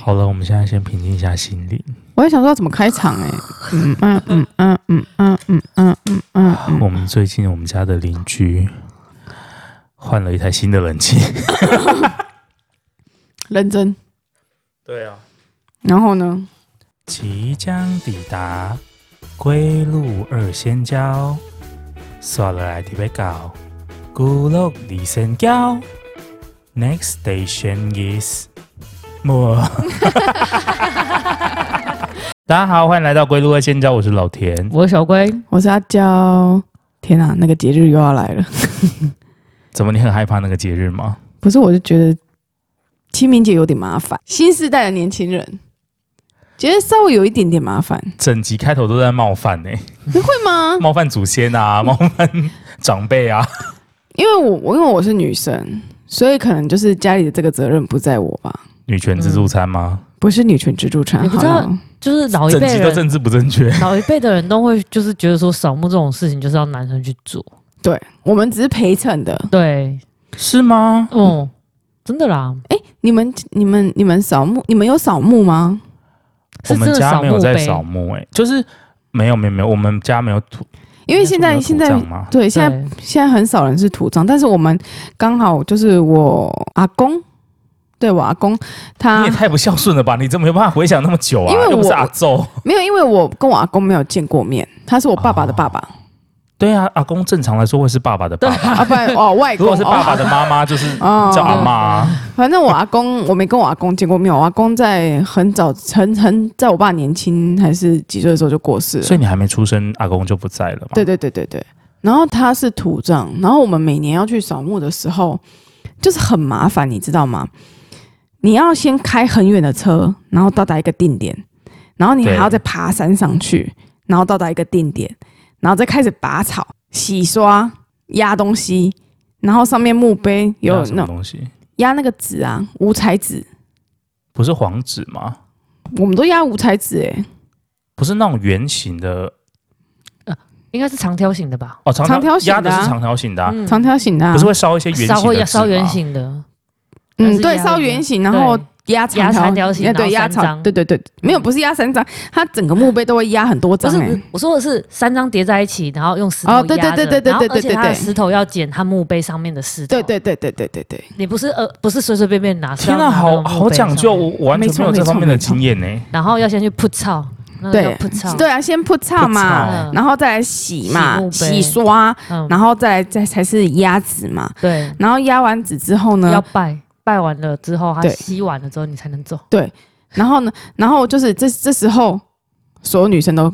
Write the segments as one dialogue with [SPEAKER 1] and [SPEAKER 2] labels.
[SPEAKER 1] 好了，我们现在先平静一下心灵。
[SPEAKER 2] 我也想知道怎么开场 哎、嗯嗯嗯嗯嗯嗯嗯嗯嗯嗯嗯，
[SPEAKER 1] 我们最近我们家的邻居换了一台新的冷气。
[SPEAKER 2] 认真。
[SPEAKER 1] 对啊。
[SPEAKER 2] 然后呢？
[SPEAKER 1] 即将抵达归路二仙交，刷了来特别高，孤路二仙交。Next station is 莫。大家好，欢迎来到归路二仙交，我是老田。
[SPEAKER 3] 我是小龟，
[SPEAKER 2] 我是阿娇。天哪、那个节日又要来了。
[SPEAKER 1] 怎么，你很害怕那个节日吗？
[SPEAKER 2] 不是，我就觉得清明节有点麻烦，新时代的年轻人觉得稍微有一点点麻烦，
[SPEAKER 1] 整集开头都在冒犯欸呢、
[SPEAKER 2] 会 吗？
[SPEAKER 1] 冒犯祖先 啊，冒犯长辈啊。
[SPEAKER 2] 因为我我因为我是女生，所以可能就是家里的这个责任不在我吧，
[SPEAKER 1] 女权自助餐吗？
[SPEAKER 2] 不是女权自助餐。
[SPEAKER 3] 你不知
[SPEAKER 2] 好
[SPEAKER 3] 道
[SPEAKER 2] 了
[SPEAKER 3] 就是
[SPEAKER 2] 哦
[SPEAKER 3] 老一
[SPEAKER 1] 整
[SPEAKER 3] 辈
[SPEAKER 1] 集都
[SPEAKER 3] 人，
[SPEAKER 1] 政治不正确。
[SPEAKER 3] 老一辈的人都会就是觉得说扫墓这种事情就是要男生去做，
[SPEAKER 2] 对我们只是陪衬的。
[SPEAKER 3] 对，
[SPEAKER 1] 是吗？
[SPEAKER 3] 哦、真的啦，
[SPEAKER 2] 哎、你们你们你们扫墓，你们有扫墓吗？
[SPEAKER 1] 我
[SPEAKER 3] 是真
[SPEAKER 1] 们
[SPEAKER 3] 的
[SPEAKER 1] 家
[SPEAKER 3] 扫
[SPEAKER 1] 没有
[SPEAKER 3] 墓
[SPEAKER 1] 在
[SPEAKER 3] 呗，
[SPEAKER 1] 扫墓、欸，哎，就是没有没有没有，我们家没有土，
[SPEAKER 2] 因为现
[SPEAKER 1] 没
[SPEAKER 2] 在
[SPEAKER 1] 有土
[SPEAKER 2] 现在
[SPEAKER 1] 葬吗？
[SPEAKER 2] 对现在
[SPEAKER 3] 对，
[SPEAKER 2] 现在很少人是土葬，但是我们刚好就是我阿公，对我阿公他
[SPEAKER 1] 你也太不孝顺了吧！你怎么没有办法回想那么久啊？
[SPEAKER 2] 因为
[SPEAKER 1] 又不是
[SPEAKER 2] 我
[SPEAKER 1] 阿昼。
[SPEAKER 2] 没有，因为我跟我阿公没有见过面，他是我爸爸的爸爸、
[SPEAKER 1] 对啊，阿公正常来说会是爸爸的爸爸，
[SPEAKER 2] 啊，不然哦外
[SPEAKER 1] 如
[SPEAKER 2] 公
[SPEAKER 1] 果是爸爸
[SPEAKER 2] 哦
[SPEAKER 1] 的妈妈，就是
[SPEAKER 2] 哦
[SPEAKER 1] 叫阿妈、啊。
[SPEAKER 2] 反正我阿公我没跟我阿公见过面，我阿公在很早很很在我爸年轻还是几岁的时候就过世了
[SPEAKER 1] 所，以你还没出生，阿公就不在了嘛？
[SPEAKER 2] 对，对对对对。然后他是土葬，然后我们每年要去扫墓的时候，就是很麻烦，你知道吗？你要先开很远的车，然后到达一个定点，然后你还
[SPEAKER 1] 对
[SPEAKER 2] 要再爬山上去，然后到达一个定点，然后再开始拔草、洗刷、压东西，然后上面墓碑有
[SPEAKER 1] 什
[SPEAKER 2] 那
[SPEAKER 1] 么
[SPEAKER 2] 种
[SPEAKER 1] 东西？
[SPEAKER 2] 压那个纸啊，五彩纸，
[SPEAKER 1] 不是黄纸吗？
[SPEAKER 2] 我们都压五彩纸哎、
[SPEAKER 1] 不是那种圆形的
[SPEAKER 3] 应该是长条形的吧，
[SPEAKER 1] 哦，长
[SPEAKER 2] 长条形的
[SPEAKER 1] 压
[SPEAKER 2] 啊
[SPEAKER 1] 的是长条形的、啊，
[SPEAKER 3] 嗯
[SPEAKER 2] 长条形的、啊，
[SPEAKER 1] 不是会烧一些圆形的
[SPEAKER 3] 烧会
[SPEAKER 1] 纸
[SPEAKER 3] 烧
[SPEAKER 1] 吗
[SPEAKER 3] 圆形的，还
[SPEAKER 2] 嗯
[SPEAKER 3] 是
[SPEAKER 2] 对，
[SPEAKER 3] 压
[SPEAKER 2] 烧
[SPEAKER 3] 那个
[SPEAKER 2] 圆形，然后
[SPEAKER 3] 对
[SPEAKER 2] 压长
[SPEAKER 3] 压三
[SPEAKER 2] 条
[SPEAKER 3] 条
[SPEAKER 2] 哎
[SPEAKER 3] 形
[SPEAKER 2] 对，
[SPEAKER 3] 然
[SPEAKER 2] 压
[SPEAKER 3] 后三
[SPEAKER 2] 长，
[SPEAKER 3] 张
[SPEAKER 2] 对对对，没有，不是压三张，它整个墓碑都会压很多
[SPEAKER 3] 不
[SPEAKER 2] 张
[SPEAKER 3] 是，不
[SPEAKER 2] 哎
[SPEAKER 3] 是，我说的是三张叠在一起，然后用石头
[SPEAKER 2] 哦
[SPEAKER 3] 压着，
[SPEAKER 2] 对对对对对
[SPEAKER 3] 然
[SPEAKER 2] 对
[SPEAKER 3] 后
[SPEAKER 2] 对
[SPEAKER 3] 而且它
[SPEAKER 2] 对
[SPEAKER 3] 的
[SPEAKER 2] 对
[SPEAKER 3] 石头要捡它墓碑上面的石头，
[SPEAKER 2] 对，对对对对对对，
[SPEAKER 3] 你不是呃不是随随便便拿，是
[SPEAKER 1] 天
[SPEAKER 3] 要
[SPEAKER 1] 啊，
[SPEAKER 3] 拿
[SPEAKER 1] 好
[SPEAKER 3] 到墓
[SPEAKER 1] 好
[SPEAKER 3] 碑
[SPEAKER 1] 讲
[SPEAKER 3] 上
[SPEAKER 1] 究，哦
[SPEAKER 3] 面
[SPEAKER 1] 我我完
[SPEAKER 2] 没
[SPEAKER 1] 全没
[SPEAKER 2] 错
[SPEAKER 1] 有这
[SPEAKER 2] 没错
[SPEAKER 1] 方面的
[SPEAKER 2] 没错
[SPEAKER 1] 经验呢、
[SPEAKER 3] 然后要先去铺草，那个
[SPEAKER 2] 对
[SPEAKER 3] 叫铺草，
[SPEAKER 2] 对啊，先铺草嘛，
[SPEAKER 1] 嗯
[SPEAKER 2] 然后再来洗嘛
[SPEAKER 3] 洗墓，
[SPEAKER 2] 洗
[SPEAKER 3] 碑
[SPEAKER 2] 刷，
[SPEAKER 3] 嗯，
[SPEAKER 2] 然后再来再才是压纸嘛，
[SPEAKER 3] 对，
[SPEAKER 2] 然后压完纸之后呢
[SPEAKER 3] 要，拜，拜完了之后，它
[SPEAKER 2] 嗯对
[SPEAKER 3] 吸完了之后，你才能走。
[SPEAKER 2] 然后呢，然后就是这这时候，所有女生都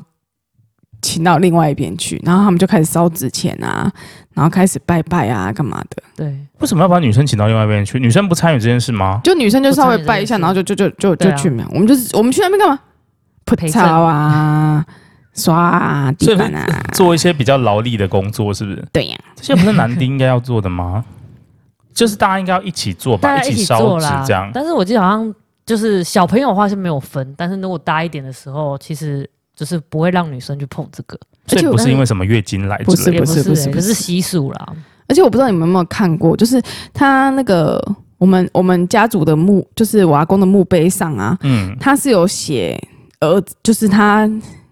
[SPEAKER 2] 请到另外一边去，然后她们就开始烧纸钱啊，然后开始拜拜啊，干嘛的。
[SPEAKER 3] 对，
[SPEAKER 1] 为什么要把女生请到另外一边去？女生不参与这件事吗？
[SPEAKER 2] 就女生就稍微
[SPEAKER 3] 不参与这件
[SPEAKER 2] 拜一下，
[SPEAKER 3] 事
[SPEAKER 2] 然后就就就就
[SPEAKER 3] 对
[SPEAKER 2] 就
[SPEAKER 3] 啊
[SPEAKER 2] 去嘛。我们就是我们去那边干嘛？铺
[SPEAKER 3] 陪
[SPEAKER 2] 草 啊，刷啊，
[SPEAKER 1] 所
[SPEAKER 2] 地
[SPEAKER 1] 以
[SPEAKER 2] 板啊，
[SPEAKER 1] 做一些比较劳力的工作，是不是？
[SPEAKER 2] 对呀、
[SPEAKER 1] 这些不是男丁应该要做的吗？就是大家应该要一起做吧，
[SPEAKER 3] 大家
[SPEAKER 1] 起
[SPEAKER 3] 起
[SPEAKER 1] 烧
[SPEAKER 3] 做
[SPEAKER 1] 纸
[SPEAKER 3] 啦
[SPEAKER 1] 这样。
[SPEAKER 3] 但是我记得好像就是小朋友的话是没有分，但是如果大一点的时候，其实就是不会让女生去碰这个，
[SPEAKER 1] 所以
[SPEAKER 2] 而且我
[SPEAKER 1] 不是
[SPEAKER 2] 跟
[SPEAKER 1] 因为什么月经来
[SPEAKER 2] 不
[SPEAKER 1] 之类
[SPEAKER 3] 也
[SPEAKER 1] 的，
[SPEAKER 3] 是、
[SPEAKER 2] 不是
[SPEAKER 3] 欸
[SPEAKER 2] 不
[SPEAKER 3] 可
[SPEAKER 2] 是
[SPEAKER 3] 是习俗啦。
[SPEAKER 2] 而且我不知道你们有没有看过，就是他那个我们我们家族的墓，就是我阿公的墓碑上啊，
[SPEAKER 1] 嗯，
[SPEAKER 2] 他是有写儿子，就是他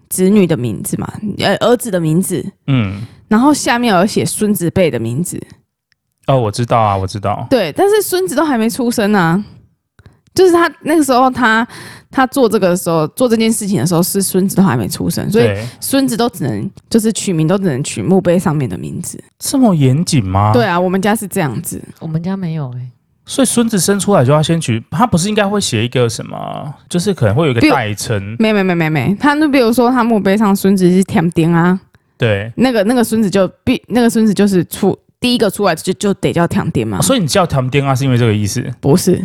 [SPEAKER 2] 子女的名字嘛，呃，儿子的名字，
[SPEAKER 1] 嗯，
[SPEAKER 2] 然后下面有写孙子辈的名字。
[SPEAKER 1] 哦，我知道啊，我知道。
[SPEAKER 2] 对，但是孙子都还没出生啊。就是他那个时候他，他做这个的时候，做这件事情的时候，是孙子都还没出生，所以
[SPEAKER 1] 对，
[SPEAKER 2] 孙子都只能就是取名都只能取墓碑上面的名字。
[SPEAKER 1] 这么严谨吗？
[SPEAKER 2] 对，啊，我们家是这样子，
[SPEAKER 3] 我们家没有哎、
[SPEAKER 1] 所以孙子生出来就要先取，他不是应该会写一个什么，就是可能会有一个
[SPEAKER 2] 比如
[SPEAKER 1] 代称，
[SPEAKER 2] 没没没没没，他那比如说他墓碑上孙子是天丁啊，
[SPEAKER 1] 对。
[SPEAKER 2] 那个那个孙子就必那个孙子就是出第一个出来就就得叫天丁嘛，
[SPEAKER 1] 所以你叫他们丁啊，是因为这个意思？
[SPEAKER 2] 不是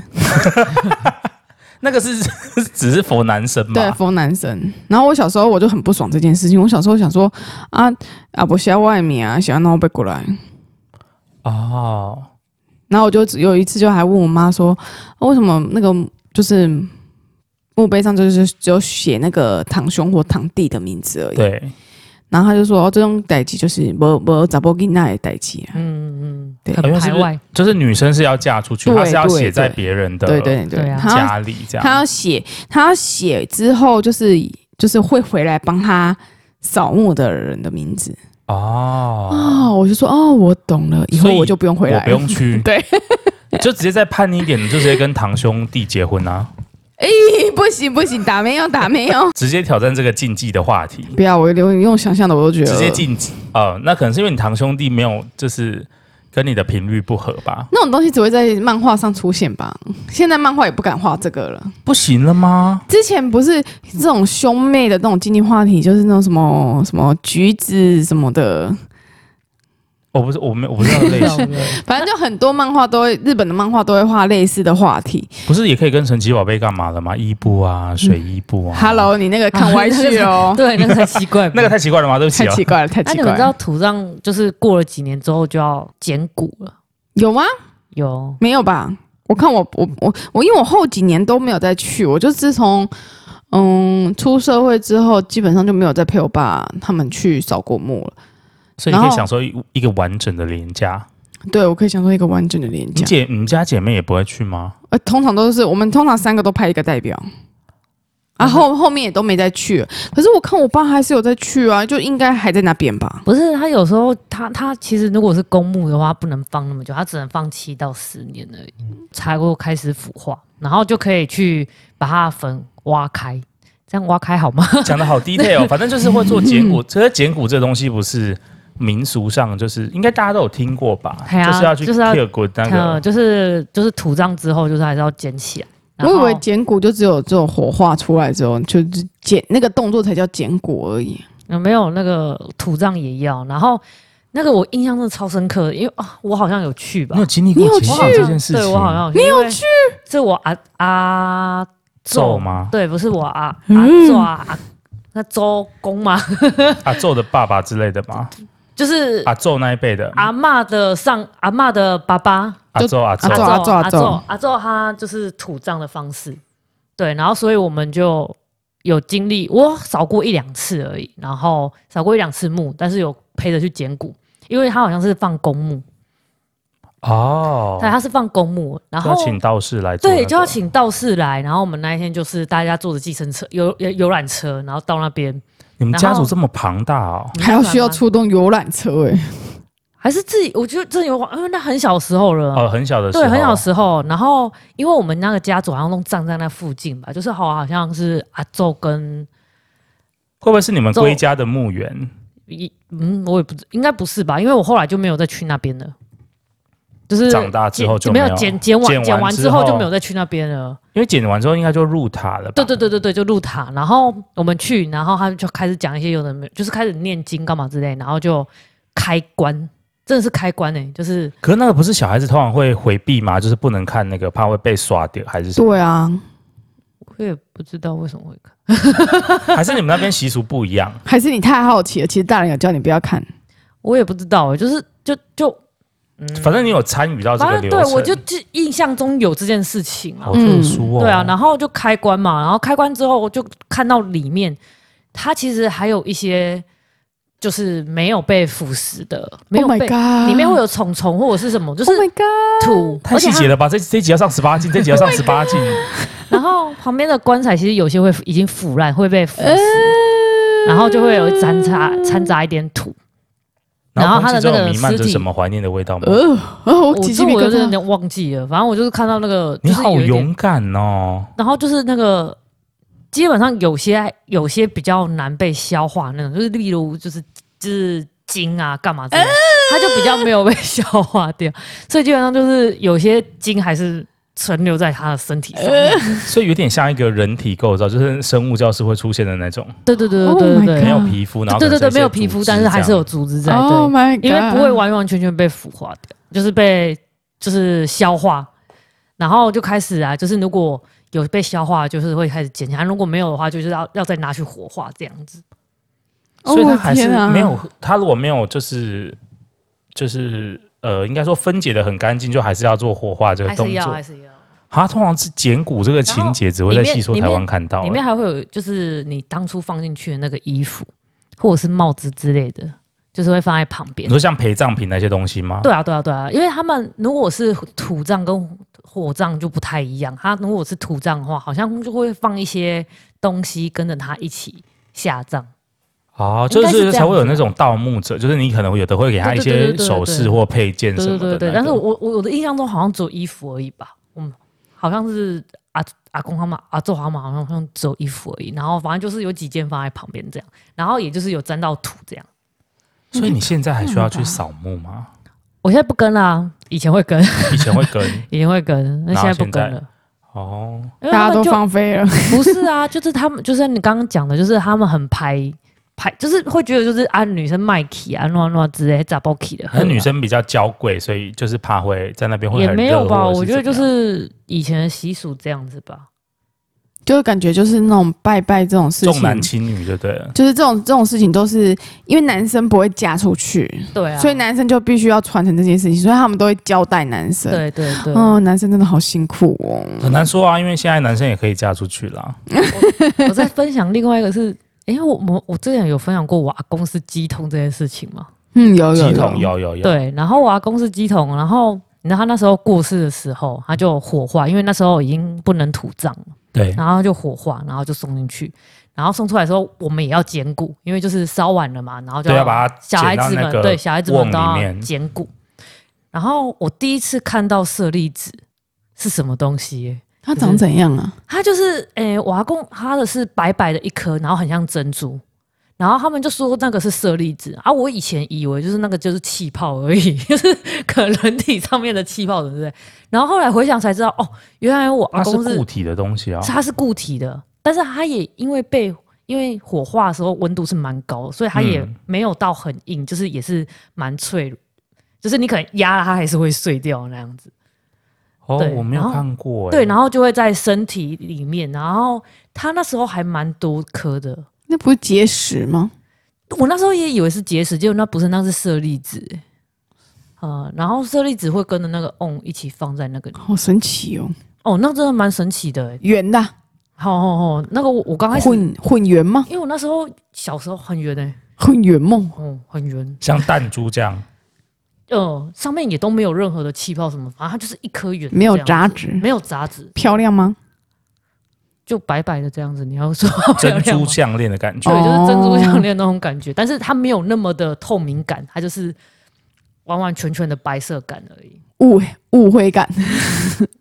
[SPEAKER 1] 那个是 只是佛男生
[SPEAKER 2] 对
[SPEAKER 1] 嘛？
[SPEAKER 2] 疯男生。然后我小时候我就很不爽这件事情，我小时候想说啊啊不要外面啊，想要闹背过来。
[SPEAKER 1] 哦，
[SPEAKER 2] 然后我就只有一次就还问我妈说，啊为什么那个就是墓碑上就是只有写那个堂兄或堂弟的名字而已。
[SPEAKER 1] 对，
[SPEAKER 2] 然后她就说，哦，这种代际就是没没查甫囡仔的代际啊。
[SPEAKER 3] 嗯嗯，
[SPEAKER 2] 对
[SPEAKER 3] 很
[SPEAKER 1] 好像是
[SPEAKER 3] 排
[SPEAKER 1] 不是
[SPEAKER 3] 外，
[SPEAKER 1] 就是女生是要嫁出去，
[SPEAKER 2] 对
[SPEAKER 1] 她是要
[SPEAKER 2] 对
[SPEAKER 1] 写在
[SPEAKER 2] 对
[SPEAKER 1] 别人的
[SPEAKER 2] 对对
[SPEAKER 3] 对啊
[SPEAKER 2] 他
[SPEAKER 1] 家里这
[SPEAKER 2] 他
[SPEAKER 1] 样。
[SPEAKER 2] 要写，他要写之后，就是就是会回来帮他扫墓的人的名字
[SPEAKER 1] 哦，
[SPEAKER 2] 哦，我就说哦，我懂了，以后
[SPEAKER 1] 所以
[SPEAKER 2] 我就不用回来
[SPEAKER 1] 我
[SPEAKER 2] 了，，
[SPEAKER 1] 不用去
[SPEAKER 2] 对，
[SPEAKER 1] 就直接再叛逆一点，你就直接跟堂兄弟结婚啊，
[SPEAKER 2] 不行不行，打没有打没有，
[SPEAKER 1] 直接挑战这个禁忌的话题，
[SPEAKER 2] 不要我连用想象的我都觉得
[SPEAKER 1] 直接禁忌。呃，那可能是因为你堂兄弟没有，就是跟你的频率不合吧？
[SPEAKER 2] 那种东西只会在漫画上出现吧？现在漫画也不敢画这个了。
[SPEAKER 1] 不行了吗？
[SPEAKER 2] 之前不是这种兄妹的那种经济话题，就是那种什么什么橘子什么的，
[SPEAKER 1] 我不是，我没，我不知道 类
[SPEAKER 3] 对啊
[SPEAKER 1] 型，
[SPEAKER 3] 对啊
[SPEAKER 2] 反正就很多漫画都会，日本的漫画都会画类似的话题。
[SPEAKER 1] 不是也可以跟神奇宝贝干嘛了吗？伊布啊，水伊布啊。
[SPEAKER 2] Hello，你那个看
[SPEAKER 3] 啊
[SPEAKER 2] 歪去哦，
[SPEAKER 3] 对，那个很奇怪
[SPEAKER 1] 。那个太奇怪了吗？对不起
[SPEAKER 2] 太
[SPEAKER 1] 啊
[SPEAKER 2] 奇，怪了，太
[SPEAKER 3] 那
[SPEAKER 2] 奇
[SPEAKER 3] 你
[SPEAKER 2] 怪
[SPEAKER 3] 们知道
[SPEAKER 2] 了。
[SPEAKER 3] 土葬就是过了几年之后就要捡骨了？
[SPEAKER 2] 有吗？
[SPEAKER 3] 有，
[SPEAKER 2] 没有吧？我看我我我我，因为我后几年都没有再去，我就自从嗯出社会之后，基本上就没有再陪我爸他们去扫过墓了。
[SPEAKER 1] 所以你可
[SPEAKER 2] 然
[SPEAKER 1] 以
[SPEAKER 2] 后
[SPEAKER 1] 享受一一个完整的连假。
[SPEAKER 2] 对，我可以享受一个完整的年
[SPEAKER 1] 你
[SPEAKER 2] 假。
[SPEAKER 1] 姐，你家姐妹也不会去吗？
[SPEAKER 2] 呃，通常都是我们通常三个都派一个代表，
[SPEAKER 3] 嗯
[SPEAKER 2] 啊后后面也都没再去了。可是我看我爸还是有在去啊，就应该还在那边吧。
[SPEAKER 3] 不是他有时候他他其实如果是公墓的话，不能放那么久，他只能放七到十年而已，才会开始腐化，然后就可以去把它的坟挖开，这样挖开好吗？
[SPEAKER 1] 讲的好 detail，哦反正就是会做简 骨。其实简骨这东西不是民俗上，就是应该大家都有听过吧？
[SPEAKER 3] 对啊
[SPEAKER 1] 就是要去
[SPEAKER 3] 就是要
[SPEAKER 1] kill 骨 那
[SPEAKER 3] 嗯，
[SPEAKER 1] 个。
[SPEAKER 3] 就是就是土葬之后，就是还是要捡起来。然
[SPEAKER 2] 我以
[SPEAKER 3] 后
[SPEAKER 2] 为捡骨就只有这种火化出来之后，就是捡那个动作才叫捡骨而已。
[SPEAKER 3] 有没有那个土葬也要，然后那个我印象真的超深刻，因为啊，我好像有去吧
[SPEAKER 1] 你有，经历过
[SPEAKER 2] 你有
[SPEAKER 1] 结
[SPEAKER 3] 我
[SPEAKER 1] 骨
[SPEAKER 3] 好像
[SPEAKER 1] 这件事情？
[SPEAKER 3] 对我好像你有去，这我阿阿
[SPEAKER 1] 咒吗？
[SPEAKER 3] 对，不是我阿阿
[SPEAKER 2] 嗯
[SPEAKER 3] 周啊，阿那周公吗？
[SPEAKER 1] 阿宙啊的爸爸之类的吗？
[SPEAKER 3] 就是
[SPEAKER 1] 阿宙那一辈的，啊
[SPEAKER 3] 阿嬷的上阿嬷的爸爸
[SPEAKER 1] 阿宙阿宙
[SPEAKER 2] 阿
[SPEAKER 3] 阿
[SPEAKER 2] 宙
[SPEAKER 3] 祖
[SPEAKER 2] 阿
[SPEAKER 3] 阿
[SPEAKER 2] 祖
[SPEAKER 3] 祖阿祖他就是土葬的方式，对，然后所以我们就有经历，我扫过一两次而已，然后扫过一两次墓，但是有陪着去捡骨，因为他好像是放公墓，
[SPEAKER 1] 哦
[SPEAKER 3] 对，，他是放公墓，然
[SPEAKER 1] 就
[SPEAKER 3] 后
[SPEAKER 1] 要请道士来做那个。
[SPEAKER 3] 对，就要请道士来，然后我们那一天就是大家坐着计程车游游游览车，然后到那边，
[SPEAKER 1] 你们家
[SPEAKER 3] 然后
[SPEAKER 1] 族这么庞大哦，
[SPEAKER 3] 你
[SPEAKER 2] 还要
[SPEAKER 3] 看
[SPEAKER 2] 需要
[SPEAKER 3] 吗
[SPEAKER 2] 出动游览车哎诶、
[SPEAKER 3] 还是自己，我觉得真的有，因为那很小时候了，
[SPEAKER 1] 哦，很小的时候，
[SPEAKER 3] 嗯对，很小时候，然后因为我们那个家族好像都葬在那附近吧，就是好好像是阿宙跟
[SPEAKER 1] 会不会是你们
[SPEAKER 3] 咒
[SPEAKER 1] 归家的墓园？
[SPEAKER 3] 一嗯，我也不知应该不是吧，因为我后来就没有再去那边了，就是
[SPEAKER 1] 长大之后就
[SPEAKER 3] 捡没
[SPEAKER 1] 没有
[SPEAKER 3] 捡
[SPEAKER 1] 捡
[SPEAKER 3] 捡完
[SPEAKER 1] 完
[SPEAKER 3] 捡完
[SPEAKER 1] 之
[SPEAKER 3] 之后就
[SPEAKER 1] 后
[SPEAKER 3] 没有再去那边了。
[SPEAKER 1] 因为剪完之后应该就入塔了吧？
[SPEAKER 3] 对对对对对，就入塔，然后我们去，然后他就开始讲一些有的没有，就是开始念经干嘛之类，然后就开关，真的是开关哎、就是
[SPEAKER 1] 可是那个不是小孩子通常会回避吗？就是不能看那个，怕会被刷掉还是什么？
[SPEAKER 2] 对啊，
[SPEAKER 3] 我也不知道为什么会看，
[SPEAKER 1] 还是你们那边习俗不一 样？
[SPEAKER 2] 还是你太好奇了？其实大人有叫你不要看，
[SPEAKER 3] 我也不知道、欸，就是就就。嗯
[SPEAKER 1] 反正你有参与到这个
[SPEAKER 3] 反
[SPEAKER 1] 流
[SPEAKER 3] 正
[SPEAKER 1] 程，
[SPEAKER 3] 对我就就印象中有这件事情啊
[SPEAKER 1] 好，特殊哦。
[SPEAKER 3] 对啊，然后就开关嘛，然后开关之后我就看到里面，它其实还有一些就是没有被腐蚀的，没有
[SPEAKER 2] oh、my
[SPEAKER 3] 被
[SPEAKER 2] Oh God,
[SPEAKER 3] 里面会有虫虫或者是什么，就是
[SPEAKER 2] ，Oh my God，
[SPEAKER 3] 土，
[SPEAKER 1] 太细节
[SPEAKER 3] 了。
[SPEAKER 1] 了吧？这这集要上十八 禁，这集要上十八禁，
[SPEAKER 3] Oh 然后旁边的棺材其实有些会已经腐烂，会被腐蚀，
[SPEAKER 2] Oh
[SPEAKER 3] 然后就会有掺杂掺杂一点土。然后
[SPEAKER 1] 空
[SPEAKER 3] 它的
[SPEAKER 1] 气中
[SPEAKER 3] 那
[SPEAKER 1] 有
[SPEAKER 3] 个
[SPEAKER 1] 弥漫
[SPEAKER 3] 尸
[SPEAKER 1] 着
[SPEAKER 3] 体
[SPEAKER 1] 什么怀念的味道吗？
[SPEAKER 2] 呃，哦，我
[SPEAKER 3] 我
[SPEAKER 2] 起
[SPEAKER 3] 这
[SPEAKER 2] 鸡皮
[SPEAKER 3] 我
[SPEAKER 2] 疙
[SPEAKER 3] 有点
[SPEAKER 2] 瘩。
[SPEAKER 3] 点忘记了，反正我就是看到那个，
[SPEAKER 1] 你
[SPEAKER 3] 就是
[SPEAKER 1] 好
[SPEAKER 3] 有一点
[SPEAKER 1] 勇敢哦！
[SPEAKER 3] 然后就是那个，基本上有些有些比较难被消化那种，就是例如就是就是筋啊干嘛之类的，它就比较没有被消化掉， 所以基本上就是有些筋还是存留在他的身体上面。
[SPEAKER 1] 所以有点像一个人体构造，就是生物教室会出现的那种，
[SPEAKER 3] 对对对
[SPEAKER 2] Oh
[SPEAKER 3] 对
[SPEAKER 2] my
[SPEAKER 3] 对对
[SPEAKER 1] 哦没有
[SPEAKER 2] 啊
[SPEAKER 1] 皮肤，然后
[SPEAKER 3] 对嗯对
[SPEAKER 1] 可能一
[SPEAKER 3] 对，没有
[SPEAKER 1] 些
[SPEAKER 3] 皮
[SPEAKER 1] 组
[SPEAKER 3] 肤，
[SPEAKER 1] 织
[SPEAKER 3] 但是还是
[SPEAKER 1] 这样
[SPEAKER 3] 有组织在，
[SPEAKER 2] Oh
[SPEAKER 3] 对，
[SPEAKER 2] my God！
[SPEAKER 3] 因为不会完完全全被腐化掉，就是被就是消化，然后就开始啊，就是如果有被消化，就是会开始捡起来；如果没有的话，就是要要再拿去火化这样子。
[SPEAKER 2] 哦
[SPEAKER 1] 所以它还是
[SPEAKER 2] 天啊
[SPEAKER 1] 没有，它如果没有就是就是呃，应该说分解的很干净，就还是要做火化这个
[SPEAKER 3] 还
[SPEAKER 1] 动
[SPEAKER 3] 是要，啊
[SPEAKER 1] 作
[SPEAKER 3] 还。是要。
[SPEAKER 1] 它通常是剪骨这个情节只会在细说台湾看到
[SPEAKER 3] 里，面还会有，就是你当初放进去的那个衣服，或者是帽子之类的，就是会放在旁边
[SPEAKER 1] 你。说像陪葬品那些东西吗？
[SPEAKER 3] 对啊，对啊，对啊，因为他们如果是土葬跟火葬就不太一样，他如果是土葬的话，好像就会放一些东西跟着他一起下葬。
[SPEAKER 1] 哦，
[SPEAKER 3] 应
[SPEAKER 1] 就
[SPEAKER 3] 该是
[SPEAKER 1] 是
[SPEAKER 3] 这
[SPEAKER 1] 才
[SPEAKER 3] 样
[SPEAKER 1] 会有那
[SPEAKER 3] 子
[SPEAKER 1] 种盗墓者，就是你可能有的会给他一
[SPEAKER 3] 对对对
[SPEAKER 1] 些
[SPEAKER 3] 对对对
[SPEAKER 1] 首饰或配件
[SPEAKER 3] 对
[SPEAKER 1] 什么
[SPEAKER 3] 对
[SPEAKER 1] 的那
[SPEAKER 3] 对
[SPEAKER 1] 个。
[SPEAKER 3] 对，但是我我我的印象中好像只有衣服而已吧，嗯，好像是阿阿公他们阿祖他们好像好像只有衣服而已，然后反正就是有几件放在旁边这样，然后也就是有沾到土这样。
[SPEAKER 1] 所以你现在还需要去
[SPEAKER 2] 嗯
[SPEAKER 1] 扫墓吗？
[SPEAKER 3] 我现在不跟啦，以前会跟，
[SPEAKER 1] 以前会 跟
[SPEAKER 3] 以前会跟，那
[SPEAKER 1] 然
[SPEAKER 3] 现
[SPEAKER 1] 后
[SPEAKER 3] 在不
[SPEAKER 1] 现
[SPEAKER 3] 跟
[SPEAKER 1] 在
[SPEAKER 3] 了。
[SPEAKER 1] 哦，
[SPEAKER 3] 因为他
[SPEAKER 2] 大家
[SPEAKER 3] 们
[SPEAKER 2] 都
[SPEAKER 3] 就
[SPEAKER 2] 放飞了，
[SPEAKER 3] 不是啊，就是他们，就是你刚刚讲的，就是他们很排排，就是会觉得就是啊，女生卖 k 啊，诺诺之类，咋包 k 的。啊
[SPEAKER 1] 可能女生比较娇贵，所以就是怕会在那边会
[SPEAKER 3] 也
[SPEAKER 1] 很
[SPEAKER 3] 没有
[SPEAKER 1] 热
[SPEAKER 3] 吧？
[SPEAKER 1] 或者
[SPEAKER 3] 我觉得就
[SPEAKER 1] 怎么样
[SPEAKER 3] 是以前的习俗这样子吧。
[SPEAKER 2] 就是感觉就是那种拜拜这种事
[SPEAKER 1] 重男
[SPEAKER 2] 情，
[SPEAKER 1] 轻女，对不对了？
[SPEAKER 2] 就是这种这种事情都是因为男生不会嫁出去，
[SPEAKER 3] 对啊，
[SPEAKER 2] 所以男生就必须要传承这件事情，所以他们都会交代男生。，
[SPEAKER 3] 对对对，
[SPEAKER 2] 哦，男生真的好辛苦哦。
[SPEAKER 1] 很难说啊，因为现在男生也可以嫁出去啦。
[SPEAKER 3] 我在分享另外一个是，因为我我我之前有分享过我阿公是鸡桶这件事情嘛，
[SPEAKER 2] 嗯，有有
[SPEAKER 1] 系
[SPEAKER 2] 有
[SPEAKER 1] 统，有有有，
[SPEAKER 3] 对，然后我阿公是鸡桶，然后你知道他那时候过世的时候，他就火化，因为那时候已经不能土葬了。
[SPEAKER 1] 对
[SPEAKER 3] 然后就火化，然后就送进去，然后送出来的时候，我们也要捡骨，因为就是烧完了嘛，然后就
[SPEAKER 1] 对要把它
[SPEAKER 3] 小孩子
[SPEAKER 1] 捡到那
[SPEAKER 3] 们
[SPEAKER 1] 个
[SPEAKER 3] 对小孩子们都
[SPEAKER 1] 瓮里
[SPEAKER 3] 要
[SPEAKER 1] 面
[SPEAKER 3] 捡骨。然后我第一次看到舍利子是什么东西耶、
[SPEAKER 2] 他长怎样啊？
[SPEAKER 3] 它就是诶、我阿公他的是白白的一颗，然后很像珍珠。然后他们就说那个是舍利子啊，我以前以为就是那个就是气泡而已， 就是可能人体上面的气泡，对不对？然后后来回想才知道，哦，原来我阿
[SPEAKER 1] 它是
[SPEAKER 3] 公
[SPEAKER 1] 固体的东西啊。
[SPEAKER 3] 是它是固体的，但是它也因为被因为火化的时候温度是蛮高，所以它也
[SPEAKER 1] 嗯
[SPEAKER 3] 没有到很硬，就是也是蛮脆，就是你可能压了它还是会碎掉那样子。
[SPEAKER 1] 哦，
[SPEAKER 3] 对
[SPEAKER 1] 我没有
[SPEAKER 3] 然后
[SPEAKER 1] 看过。欸
[SPEAKER 3] 对，然
[SPEAKER 1] 后
[SPEAKER 3] 后就会在身体里面，然后它那时候还蛮多颗的。
[SPEAKER 2] 那不是结石吗？
[SPEAKER 3] 我那时候也以为是结石，结果那不是，那是舍利子。欸呃，然后舍利子会跟着那个瓮一起放在那个里
[SPEAKER 2] 好神奇哦，
[SPEAKER 3] 哦，那真的蛮神奇的欸。
[SPEAKER 2] 圆的啊
[SPEAKER 3] 好好好，那个我我刚开始，
[SPEAKER 2] 混混圆吗？
[SPEAKER 3] 因为我那时候小时候很圆诶、欸
[SPEAKER 2] 混圆梦，
[SPEAKER 3] 哦，很圆，
[SPEAKER 1] 像弹珠 这样，
[SPEAKER 3] 呃，上面也都没有任何的气泡什么，反正它就是一颗圆，
[SPEAKER 2] 没有，杂质，
[SPEAKER 3] 没有杂质，
[SPEAKER 2] 漂亮吗？
[SPEAKER 3] 就白白的这样子。你要说漂
[SPEAKER 1] 珍
[SPEAKER 3] 亮
[SPEAKER 1] 珠
[SPEAKER 3] 吗
[SPEAKER 1] 项链的感觉
[SPEAKER 3] 对，。就是珍珠
[SPEAKER 2] 哦
[SPEAKER 3] 项链那种感觉，但是它没有那么的透明感，它就是完完全全的白色感而已，
[SPEAKER 2] 误误会感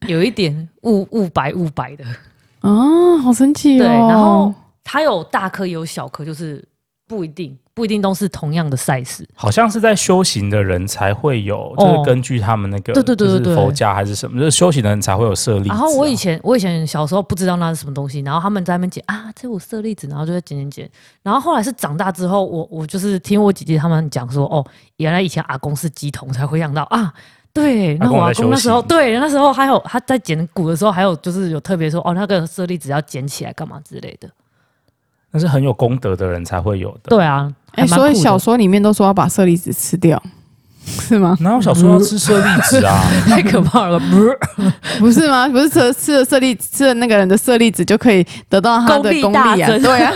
[SPEAKER 3] 有一点雾雾白雾白的。
[SPEAKER 2] 啊，好神奇哦。
[SPEAKER 3] 对，然后它有大颗也有小颗，就是不一定不一定都是同样的 size。
[SPEAKER 1] 好像是在修行的人才会有，
[SPEAKER 3] 哦
[SPEAKER 1] 就是根据他们那个，
[SPEAKER 3] 对对对对对
[SPEAKER 1] 就是佛家还是什么，就是修行的人才会有舍利子啊。
[SPEAKER 3] 然后我以前我以前小时候不知道那是什么东西，然后他们在那边剪啊，这我舍利子，然后就在剪剪剪。然后后来是长大之后，我我就是听我姐姐他们讲说，哦，原来以前阿公是鸡桶，才回想到啊。对，
[SPEAKER 1] 阿
[SPEAKER 3] 那
[SPEAKER 1] 公
[SPEAKER 3] 我
[SPEAKER 1] 在
[SPEAKER 3] 阿
[SPEAKER 1] 休
[SPEAKER 3] 公那时候，
[SPEAKER 1] 息
[SPEAKER 3] 对，那时候还有他在剪骨的时候，还有就是有特别说，哦，那个舍利子要捡起来干嘛之类的。
[SPEAKER 1] 那是很有功德的人才会有的。
[SPEAKER 3] 对啊，
[SPEAKER 2] 哎，
[SPEAKER 3] 还蛮
[SPEAKER 2] 所以
[SPEAKER 3] 酷的
[SPEAKER 2] 小说里面都说要把舍利子吃掉，是吗？
[SPEAKER 1] 哪有小说要吃舍利子 啊？
[SPEAKER 3] 太可怕了吧，
[SPEAKER 2] 不是吗？不是吃了吃了舍利吃了那个人的舍利子就可以得到他的功
[SPEAKER 3] 功力大
[SPEAKER 2] 力啊？
[SPEAKER 3] 增
[SPEAKER 2] 对啊，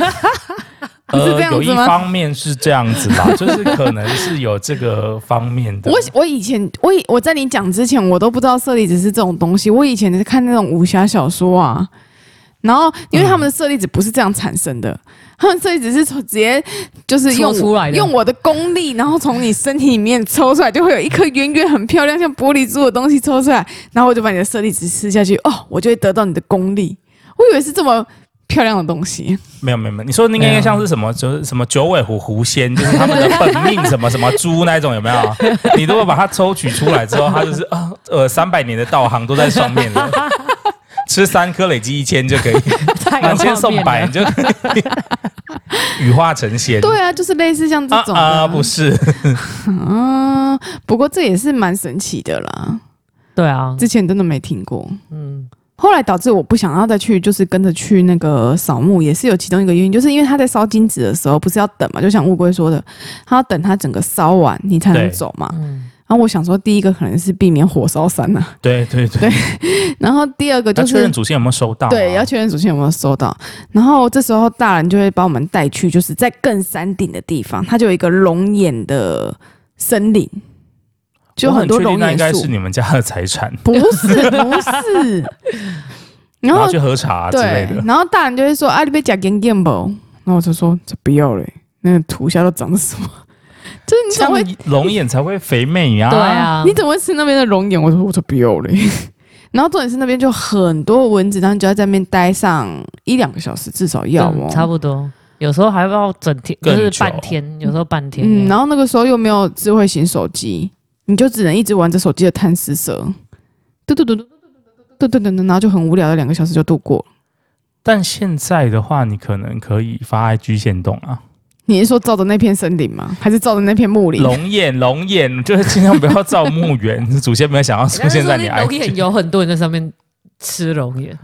[SPEAKER 2] 不是这样子吗
[SPEAKER 1] 呃有一方面是这样子啦，就是可能是有这个方面 的。
[SPEAKER 2] 我我以前我以我在你讲之前，我都不知道舍利子是这种东西。我以前是看那种武侠小说啊，然后因为他们的舍利子不是这样产生的，他们舍利子是从直接就是用
[SPEAKER 3] 搓出来的
[SPEAKER 2] 用我的功力，然后从你身体里面抽出来，就会有一颗圆圆很漂亮像玻璃珠的东西抽出来，然后我就把你的舍利子吃下去，哦，我就会得到你的功力。我以为是这么漂亮的东西，
[SPEAKER 1] 没有没有没有，你说那个应该像是什么，就是什么九尾狐狐仙， 就是他们的本命什么什么猪那一种，有没有？ 你如果把它抽取出来之后，它就是啊呃三百年的道行都在上面了， 吃三颗累积一千就可以，
[SPEAKER 3] 太
[SPEAKER 1] 满
[SPEAKER 3] 有
[SPEAKER 1] 千
[SPEAKER 3] 画
[SPEAKER 1] 送
[SPEAKER 3] 面
[SPEAKER 1] 百
[SPEAKER 3] 了
[SPEAKER 1] 你。就可以羽化成仙。
[SPEAKER 2] 对啊，就是类似像这
[SPEAKER 1] 啊
[SPEAKER 2] 种的
[SPEAKER 1] 啊， 不是，
[SPEAKER 2] 啊，不过这也是蛮神奇的啦。
[SPEAKER 3] 对啊，
[SPEAKER 2] 之前真的没听过，
[SPEAKER 3] 嗯，
[SPEAKER 2] 后来导致我不想要再去，就是跟着去那个扫墓，也是有其中一个原因，就是因为他在烧金纸的时候不是要等嘛，就像乌龟说的，他要等他整个烧完你才能
[SPEAKER 1] 对
[SPEAKER 2] 走嘛。
[SPEAKER 3] 嗯
[SPEAKER 2] 然后我想说，第一个可能是避免火烧山呐、
[SPEAKER 1] 对对对，
[SPEAKER 2] 然后第二个
[SPEAKER 1] 要
[SPEAKER 2] 就
[SPEAKER 1] 确
[SPEAKER 2] 是
[SPEAKER 1] 认祖先有没有收到啊。
[SPEAKER 2] 对，要确认祖先有没有收到。然后这时候大人就会把我们带去，就是在更山顶的地方，它就有一个龙眼的森林，就
[SPEAKER 1] 我很
[SPEAKER 2] 多
[SPEAKER 1] 确定
[SPEAKER 2] 龙
[SPEAKER 1] 那应
[SPEAKER 2] 眼
[SPEAKER 1] 该
[SPEAKER 2] 树
[SPEAKER 1] 是。你们家的财产，
[SPEAKER 2] 不是不是，然
[SPEAKER 1] 然
[SPEAKER 2] 后嗯
[SPEAKER 1] 后去喝茶之类
[SPEAKER 2] 对
[SPEAKER 1] 的，。
[SPEAKER 2] 然后大人就会说：“啊，你被假 game game 不？”然后我就说：“这不要嘞，那个土虾都长什么？就是你
[SPEAKER 1] 这
[SPEAKER 2] 怎么会
[SPEAKER 1] 样龙眼才会肥美啊。
[SPEAKER 3] 对，啊，
[SPEAKER 2] 你怎么会吃那边的龙眼？我说我才不要嘞。 然后重点是那边就很多蚊子，然后你就要在那边待上一两个小时，至少要哦
[SPEAKER 3] 嗯。差不多，有时候还要整天，就
[SPEAKER 1] 更
[SPEAKER 3] 是
[SPEAKER 1] 久
[SPEAKER 3] 半天，有时候半天。
[SPEAKER 2] 嗯，然后那个时候又没有智慧型手机，你就只能一直玩着手机的贪食蛇，嘟嘟嘟嘟嘟嘟嘟嘟嘟，然后就很无聊的两个小时就度过。
[SPEAKER 1] 但现在的话，你可能可以发 IG 限动啊，
[SPEAKER 2] 你是说照着那片森林吗？还是照着那片木林？
[SPEAKER 1] 龙眼龙眼， 就是尽量不要造墓园， 祖先没有想要出现在你
[SPEAKER 3] 龙眼
[SPEAKER 1] IG。
[SPEAKER 3] 有很多人在上面吃龙眼，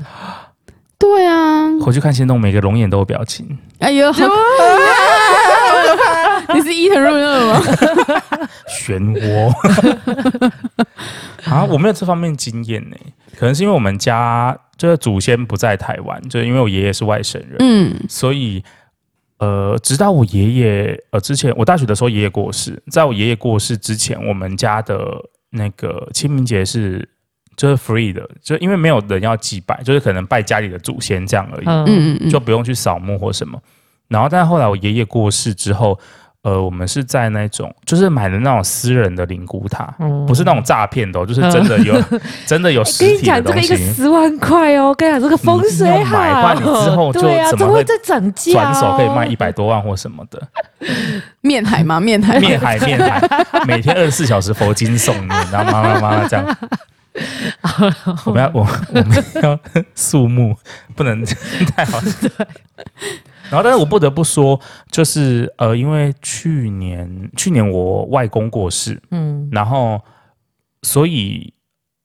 [SPEAKER 2] 对啊，
[SPEAKER 1] 回去看限动，每个龙眼都有表情，
[SPEAKER 2] 哎 呦，好你是伊藤润二吗？
[SPEAKER 1] 漩涡。 啊，我没有这方面经验呢、可能是因为我们家就是祖先不在台湾，就是因为我爷爷是外省人，
[SPEAKER 2] 嗯，
[SPEAKER 1] 所以呃，直到我爷爷呃之前，我大学的时候爷爷过世，在我爷爷过世之前，我们家的那个清明节是就是 free 的，就因为没有人要祭拜，就是可能拜家里的祖先这样而已，
[SPEAKER 3] 嗯，
[SPEAKER 2] 嗯嗯嗯，
[SPEAKER 1] 就不用去扫墓或什么。然后，但是后来我爷爷过世之后，呃，我们是在那种就是买的那种私人的灵骨塔。
[SPEAKER 3] 嗯
[SPEAKER 1] 不是那种诈骗的、哦，就是真的有， 真的有实
[SPEAKER 3] 跟你
[SPEAKER 1] 体的
[SPEAKER 3] 哎讲，这
[SPEAKER 1] 东
[SPEAKER 3] 个一
[SPEAKER 1] 西。
[SPEAKER 3] 个十万块哦，跟你讲这个风
[SPEAKER 1] 你一定
[SPEAKER 3] 水
[SPEAKER 1] 要买
[SPEAKER 3] 好，啊
[SPEAKER 1] 不然你之后就
[SPEAKER 3] 对啊，
[SPEAKER 1] 怎
[SPEAKER 3] 这
[SPEAKER 1] 么会
[SPEAKER 3] 会再涨价、哦，
[SPEAKER 1] 转手可以卖一百多万或什么的，
[SPEAKER 2] 面海吗？面 海，
[SPEAKER 1] 面海面海，每天二十四小时佛经诵你，然后妈妈妈妈这样。我们要我我们要肃穆，不能 太好。然后，但是我不得不说，就是呃，因为去年去年我外公过世，
[SPEAKER 3] 嗯，
[SPEAKER 1] 然后所以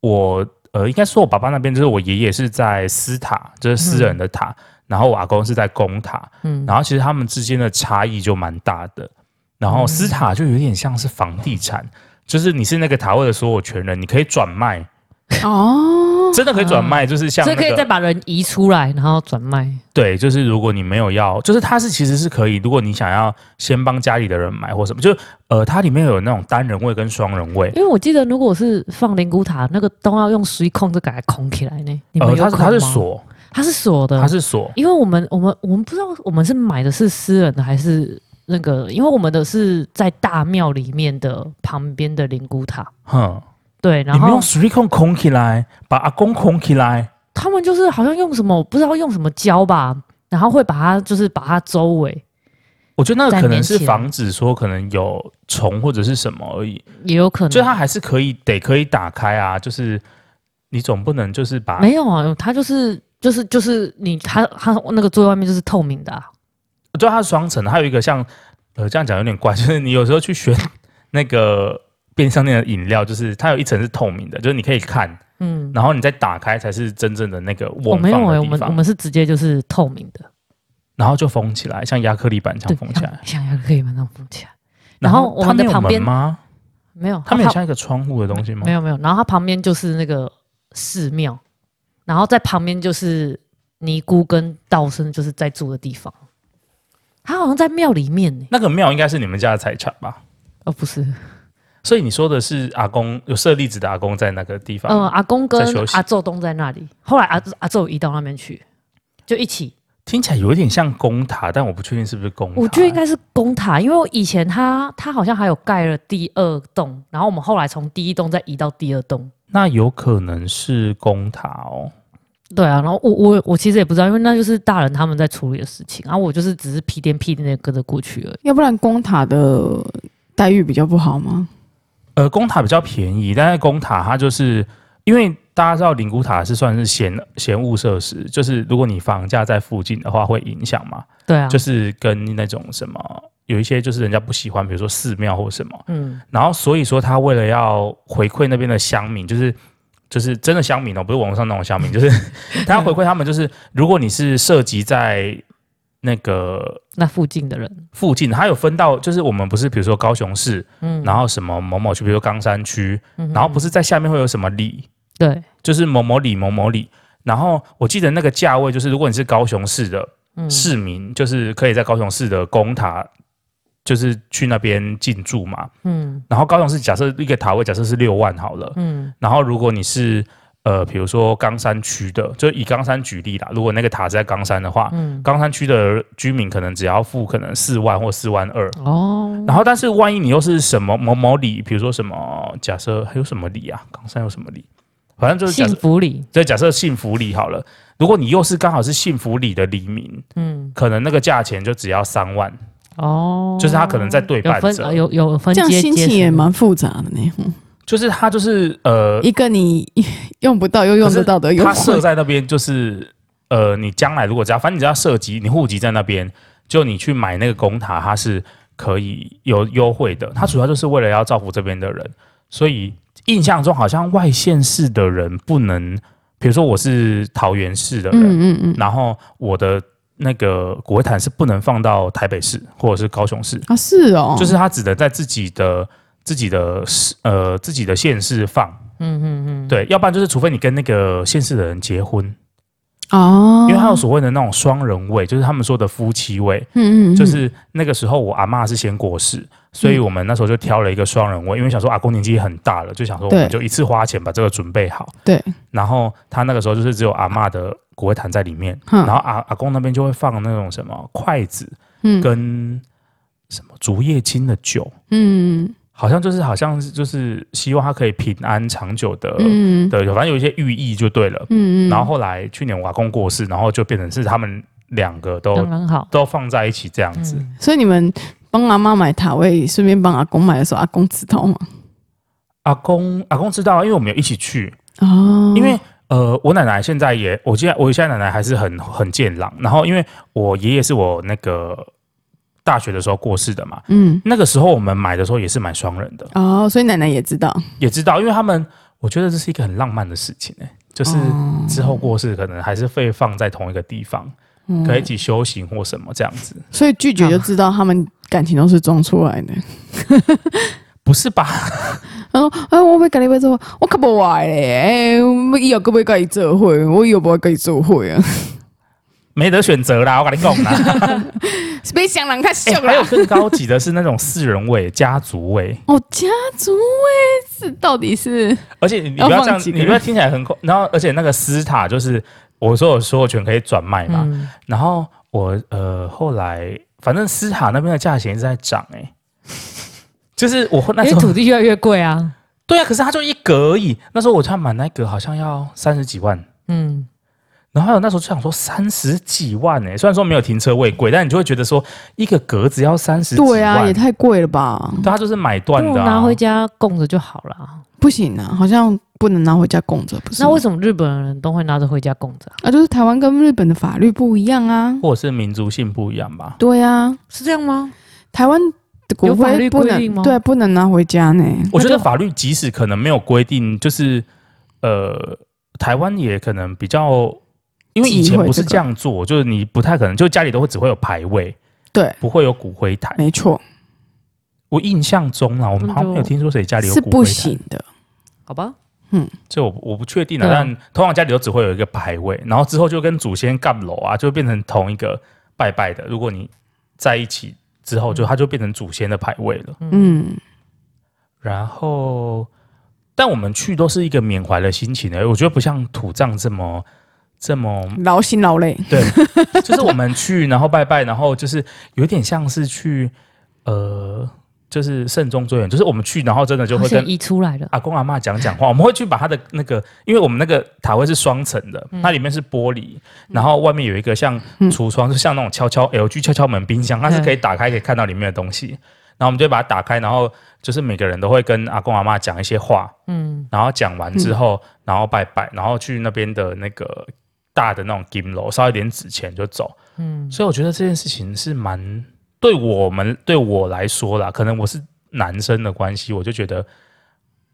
[SPEAKER 1] 我呃，应该说我爸爸那边就是我爷爷是在私塔，就是私人的塔，然后我阿公是在公塔，
[SPEAKER 3] 嗯
[SPEAKER 1] 然后其实他们之间的差异就蛮大的。然后私塔就有点像是房地产，就是你是那个塔位的所有权人，你可以转卖，
[SPEAKER 2] 哦，
[SPEAKER 1] 真的可以转卖，就是像、
[SPEAKER 3] 所
[SPEAKER 1] 那
[SPEAKER 3] 以
[SPEAKER 1] 个、
[SPEAKER 3] 可以再把人移出来，然后转卖。
[SPEAKER 1] 对，就是如果你没有要，就是它是其实是可以，如果你想要先帮家里的人买或什么，就呃它里面有那种单人位跟双人位，
[SPEAKER 3] 因为我记得，如果是放灵骨塔，那个都要用水控就给它控起来呢。你们
[SPEAKER 1] 呃
[SPEAKER 3] 有
[SPEAKER 1] 它是
[SPEAKER 3] 孔
[SPEAKER 1] 它是
[SPEAKER 3] 吗，嗯
[SPEAKER 1] 锁，
[SPEAKER 3] 它是锁的，
[SPEAKER 1] 它是锁，
[SPEAKER 3] 因为我们我们我们不知道我们是买的是私人的还是那个，因为我们的是在大庙里面的旁边的灵骨塔，
[SPEAKER 1] 哼，
[SPEAKER 3] 对，
[SPEAKER 1] 你
[SPEAKER 3] 然
[SPEAKER 1] 们
[SPEAKER 3] 后
[SPEAKER 1] 用 s t r i c o n 孔起来，把阿公孔起来，
[SPEAKER 3] 他们就是好像用什么不知道用什么胶吧，然后会把它就是把它周围
[SPEAKER 1] 我觉得那个
[SPEAKER 3] 再
[SPEAKER 1] 可能
[SPEAKER 3] 粘
[SPEAKER 1] 是
[SPEAKER 3] 起来
[SPEAKER 1] 防止说可能有虫或者是什么而已，
[SPEAKER 3] 也有可能，
[SPEAKER 1] 就它还是可以得可以打开啊，就是你总不能就是把
[SPEAKER 3] 没有啊，它就是就是就是你它它那个最外面就是透明的、啊，
[SPEAKER 1] 对它是双层的，还有一个像呃这样讲有点怪， 就是你有时候去选那个便利商店的饮料，就是它有一层是透明的，就是你可以看，
[SPEAKER 3] 嗯，
[SPEAKER 1] 然后你再打开才是真正的那个
[SPEAKER 3] 我、
[SPEAKER 1] 瓮
[SPEAKER 3] 没有
[SPEAKER 1] 放
[SPEAKER 3] 哎、
[SPEAKER 1] 的
[SPEAKER 3] 我
[SPEAKER 1] 地
[SPEAKER 3] 们我
[SPEAKER 1] 方，
[SPEAKER 3] 们是直接就是透明的，
[SPEAKER 1] 然后就封起来，像亚克力板这
[SPEAKER 3] 对
[SPEAKER 1] 样，封起来。
[SPEAKER 3] 想想要可以把它封起来， 然后我
[SPEAKER 1] 它
[SPEAKER 3] 们的
[SPEAKER 1] 没有
[SPEAKER 3] 旁边
[SPEAKER 1] 门吗？
[SPEAKER 3] 没有，
[SPEAKER 1] 它没
[SPEAKER 3] 它
[SPEAKER 1] 有像一个窗户的东西吗？
[SPEAKER 3] 没有没有，然后它旁边就是那个寺庙，然后在旁边就是尼姑跟道生就是在住的地方。它好像在庙里面呢、
[SPEAKER 1] 那个庙应该是你们家的财产吧？
[SPEAKER 3] 哦不是，
[SPEAKER 1] 所以你说的是阿公有舍利子的阿公在那个地方，
[SPEAKER 3] 嗯、阿公跟
[SPEAKER 1] 在休息嗯
[SPEAKER 3] 阿昼东在那里，后来阿阿昼移到那边去，就一起。
[SPEAKER 1] 听起来有一点像公塔，但我不确定是不是公塔。
[SPEAKER 3] 我觉得应该是公塔，因为我以前他他好像还有盖了第二栋，然后我们后来从第一栋再移到第二栋。
[SPEAKER 1] 那有可能是公塔哦。
[SPEAKER 3] 对啊，然后我我我其实也不知道，因为那就是大人他们在处理的事情，然、啊后我就是只是屁颠屁颠的跟着过去而已。
[SPEAKER 2] 要不然公塔的待遇比较不好吗？
[SPEAKER 1] 呃，公塔比较便宜，但是公塔它就是因为大家知道灵骨塔是算是闲闲物设施，就是如果你房价在附近的话会影响嘛，
[SPEAKER 3] 对啊，
[SPEAKER 1] 就是跟那种什么有一些就是人家不喜欢，比如说寺庙或什么，
[SPEAKER 3] 嗯，
[SPEAKER 1] 然后所以说他为了要回馈那边的乡民，就是。就是真的 乡民哦，不是网络上那种乡民，就是他要回馈他们，就是如果你是涉及在那个
[SPEAKER 3] 那附近的人，
[SPEAKER 1] 附近，它有分到，就是我们不是比如说高雄市，
[SPEAKER 3] 嗯，
[SPEAKER 1] 然后什么某某区，比如说冈山区，
[SPEAKER 3] 嗯
[SPEAKER 1] 然后不是在下面会有什么里，
[SPEAKER 3] 对，
[SPEAKER 1] 就是某某里某某里。然后我记得那个价位，就是如果你是高雄市的
[SPEAKER 3] 嗯
[SPEAKER 1] 市民，就是可以在高雄市的公塔，就是去那边进驻嘛。
[SPEAKER 3] 嗯
[SPEAKER 1] 然后高雄市假设一个塔位假设是六万好了，
[SPEAKER 3] 嗯
[SPEAKER 1] 然后如果你是呃比如说冈山区的，就以冈山举例啦，如果那个塔是在冈山的话，
[SPEAKER 3] 嗯，
[SPEAKER 1] 冈山区的居民可能只要付可能四万或四万二。
[SPEAKER 3] 哦，
[SPEAKER 1] 嗯然后，但是万一你又是什么某某里，比如说什么，假设还有什么里啊？冈山有什么里？反正就是假
[SPEAKER 3] 幸
[SPEAKER 1] 设，
[SPEAKER 3] 福里，
[SPEAKER 1] 就假设幸福里好了。如果你又是刚好是幸福里的里民，
[SPEAKER 3] 嗯，
[SPEAKER 1] 可能那个价钱就只要三万，
[SPEAKER 3] 哦，
[SPEAKER 1] 就是他可能在对
[SPEAKER 3] 有
[SPEAKER 1] 半
[SPEAKER 3] 分
[SPEAKER 1] 折
[SPEAKER 3] 呃有有分
[SPEAKER 2] 这样
[SPEAKER 3] 阶
[SPEAKER 2] 心
[SPEAKER 3] 阶
[SPEAKER 2] 情也
[SPEAKER 3] 层
[SPEAKER 2] 蛮复杂的呢。嗯
[SPEAKER 1] 就是他就是呃，
[SPEAKER 2] 一个你用不到又用得到的优
[SPEAKER 1] 他设
[SPEAKER 2] 惠，
[SPEAKER 1] 在那边
[SPEAKER 2] 嗯
[SPEAKER 1] 就是呃，你将来如果只要反正呃你只要涉及你户籍在那边，就你去买那个公塔，它是可以有优惠的。它主要就是为了要造福这边的人，所以印象中好像外县市的人不能，比如说我是桃园市的人，
[SPEAKER 2] 嗯嗯嗯，
[SPEAKER 1] 然后我的那个骨灰坛是不能放到台北市或者是高雄市，
[SPEAKER 2] 啊是哦，
[SPEAKER 1] 就是他只能在自己的自己的市呃自己的县市放。
[SPEAKER 3] 嗯嗯嗯，
[SPEAKER 1] 对，要不然就是除非你跟那个县市的人结婚，
[SPEAKER 2] 哦，
[SPEAKER 1] 因为还有所谓的那种双人位，就是他们说的夫妻位，
[SPEAKER 2] 嗯嗯，嗯
[SPEAKER 1] 就是那个时候我阿嬷是先过世，所以我们那时候就挑了一个双人位，因为想说阿公年纪很大了，就想说我
[SPEAKER 2] 对
[SPEAKER 1] 们就一次花钱把这个准备好。
[SPEAKER 2] 对，
[SPEAKER 1] 然后他那个时候就是只有阿嬷的骨灰坛在里面，
[SPEAKER 2] 哼
[SPEAKER 1] 然后阿阿公那边就会放那种什么筷子
[SPEAKER 2] 嗯
[SPEAKER 1] 跟什么竹叶青的酒，
[SPEAKER 2] 嗯
[SPEAKER 1] 好像就是好像是就是希望他可以平安长久的，
[SPEAKER 2] 嗯嗯
[SPEAKER 1] 呃对，反正有一些寓意就对了。
[SPEAKER 2] 嗯，
[SPEAKER 1] 然后后来去年我阿公过世，然后就变成是他们两个都、
[SPEAKER 3] 刚刚好，
[SPEAKER 1] 都放在一起这样子。
[SPEAKER 3] 嗯
[SPEAKER 2] 所以你们帮阿妈买塔位，顺便帮阿公买的时候，阿公知道吗？
[SPEAKER 1] 阿公阿公知道啊，因为我们有一起去，
[SPEAKER 2] 哦，
[SPEAKER 1] 因为。呃，我奶奶现在也，我现在我现在奶奶还是很很健朗。然后，因为我爷爷是我那个大学的时候过世的嘛，
[SPEAKER 2] 嗯。
[SPEAKER 1] 那个时候我们买的时候也是买双人的，
[SPEAKER 2] 哦，所以奶奶也知道，
[SPEAKER 1] 也知道，因为他们我觉得这是一个很浪漫的事情哎、就是
[SPEAKER 2] 哦
[SPEAKER 1] 之后过世可能还是会放在同一个地方，
[SPEAKER 2] 嗯
[SPEAKER 1] 可以一起修行或什么这样子。
[SPEAKER 2] 所以拒绝就知道他们感情都是装出来的。
[SPEAKER 1] 不是吧？
[SPEAKER 2] 他说：“哎，我要跟你要做，我可不爱嘞，哎，我以后可不会跟你做伙，我以后不会跟你做伙啊。
[SPEAKER 1] 没得选择啦，我跟你讲啦。
[SPEAKER 2] 是被想人太
[SPEAKER 1] 哎
[SPEAKER 2] 秀
[SPEAKER 1] 还有
[SPEAKER 2] 了。
[SPEAKER 1] 更高级的是那种四人位、家族位，
[SPEAKER 2] 哦，家族位是到底是
[SPEAKER 1] 而且你不
[SPEAKER 2] 要
[SPEAKER 1] 要
[SPEAKER 2] 放
[SPEAKER 1] 这样，
[SPEAKER 2] 几个
[SPEAKER 1] 你不要听起来很恐。然后，而且那个私塔就是我说我所有权可以转卖嘛。
[SPEAKER 3] 嗯，
[SPEAKER 1] 然后我呃后来，反正私塔那边的价钱一直在涨，哎，就是我那
[SPEAKER 3] 因
[SPEAKER 1] 时
[SPEAKER 3] 为土
[SPEAKER 1] 候
[SPEAKER 3] 地越来越贵啊，
[SPEAKER 1] 对啊，可是它就一格而已。那时候我看买那格好像要三十几万。
[SPEAKER 3] 嗯，
[SPEAKER 1] 然后还有那时候就想说三十几万哎、虽然说没有停车位贵，但你就会觉得说一个格子要三十几万，
[SPEAKER 2] 对啊，也太贵了吧？
[SPEAKER 1] 对，他就是买断
[SPEAKER 3] 不
[SPEAKER 1] 的、
[SPEAKER 3] 如
[SPEAKER 1] 啊，
[SPEAKER 3] 拿回家供着就好了。
[SPEAKER 2] 不行啊，好像不能拿回家供着，不是吗？
[SPEAKER 3] 那为什么日本人都会拿着回家供着
[SPEAKER 2] 啊，
[SPEAKER 3] 啊？
[SPEAKER 2] 就是台湾跟日本的法律不一样啊。
[SPEAKER 1] 或者是民族性不一样吧。
[SPEAKER 2] 对啊，
[SPEAKER 3] 是这样吗？
[SPEAKER 2] 台湾的骨
[SPEAKER 3] 有法
[SPEAKER 2] 灰
[SPEAKER 3] 律
[SPEAKER 2] 不
[SPEAKER 3] 规定吗
[SPEAKER 2] 能对，啊不能拿回家呢。
[SPEAKER 1] 我觉得法律即使可能没有规定，就是呃，台湾也可能比较，因为以前不是这样做，就是你不太可能，就家里都会只会有牌位，
[SPEAKER 2] 对，
[SPEAKER 1] 不会有骨灰坛。
[SPEAKER 2] 没错，
[SPEAKER 1] 我印象中啊，我们好像没有听说谁家里有
[SPEAKER 2] 是
[SPEAKER 1] 骨灰
[SPEAKER 2] 不
[SPEAKER 1] 坛，
[SPEAKER 2] 行的。
[SPEAKER 3] 好吧，
[SPEAKER 1] 这我我不确定啊。
[SPEAKER 3] 对啊
[SPEAKER 1] 但通常家里都只会有一个牌位，然后之后就跟祖先干楼啊，就变成同一个拜拜的。如果你在一起之后，就它就变成祖先的牌位了。
[SPEAKER 2] 嗯，
[SPEAKER 1] 然后，但我们去都是一个缅怀的心情的，我觉得不像土葬这么这么
[SPEAKER 2] 劳心劳累。
[SPEAKER 1] 对，就是我们去然后拜拜，然后就是有点像是去呃，就是慎终追远，就是我们去然后真的就
[SPEAKER 3] 好
[SPEAKER 1] 会
[SPEAKER 3] 险
[SPEAKER 1] 跟啊
[SPEAKER 3] 移出来了，
[SPEAKER 1] 阿公阿妈讲讲话，我们会去把他的那个，因为我们那个塔位是双层的，它里面是玻璃，然后外面有一个像橱窗，就像那种敲敲 LG 敲敲门冰箱，它是可以打开可以看到里面的东西。然后我们就会把它打开，然后就是每个人都会跟阿公阿妈讲一些话，
[SPEAKER 3] 嗯，
[SPEAKER 1] 然后讲完之后，然后拜拜，然后去那边的那个大的那种金楼烧一点纸钱就走。
[SPEAKER 3] 嗯
[SPEAKER 1] 所以我觉得这件事情是蛮对我们对我来说啦，可能我是男生的关系，我就觉得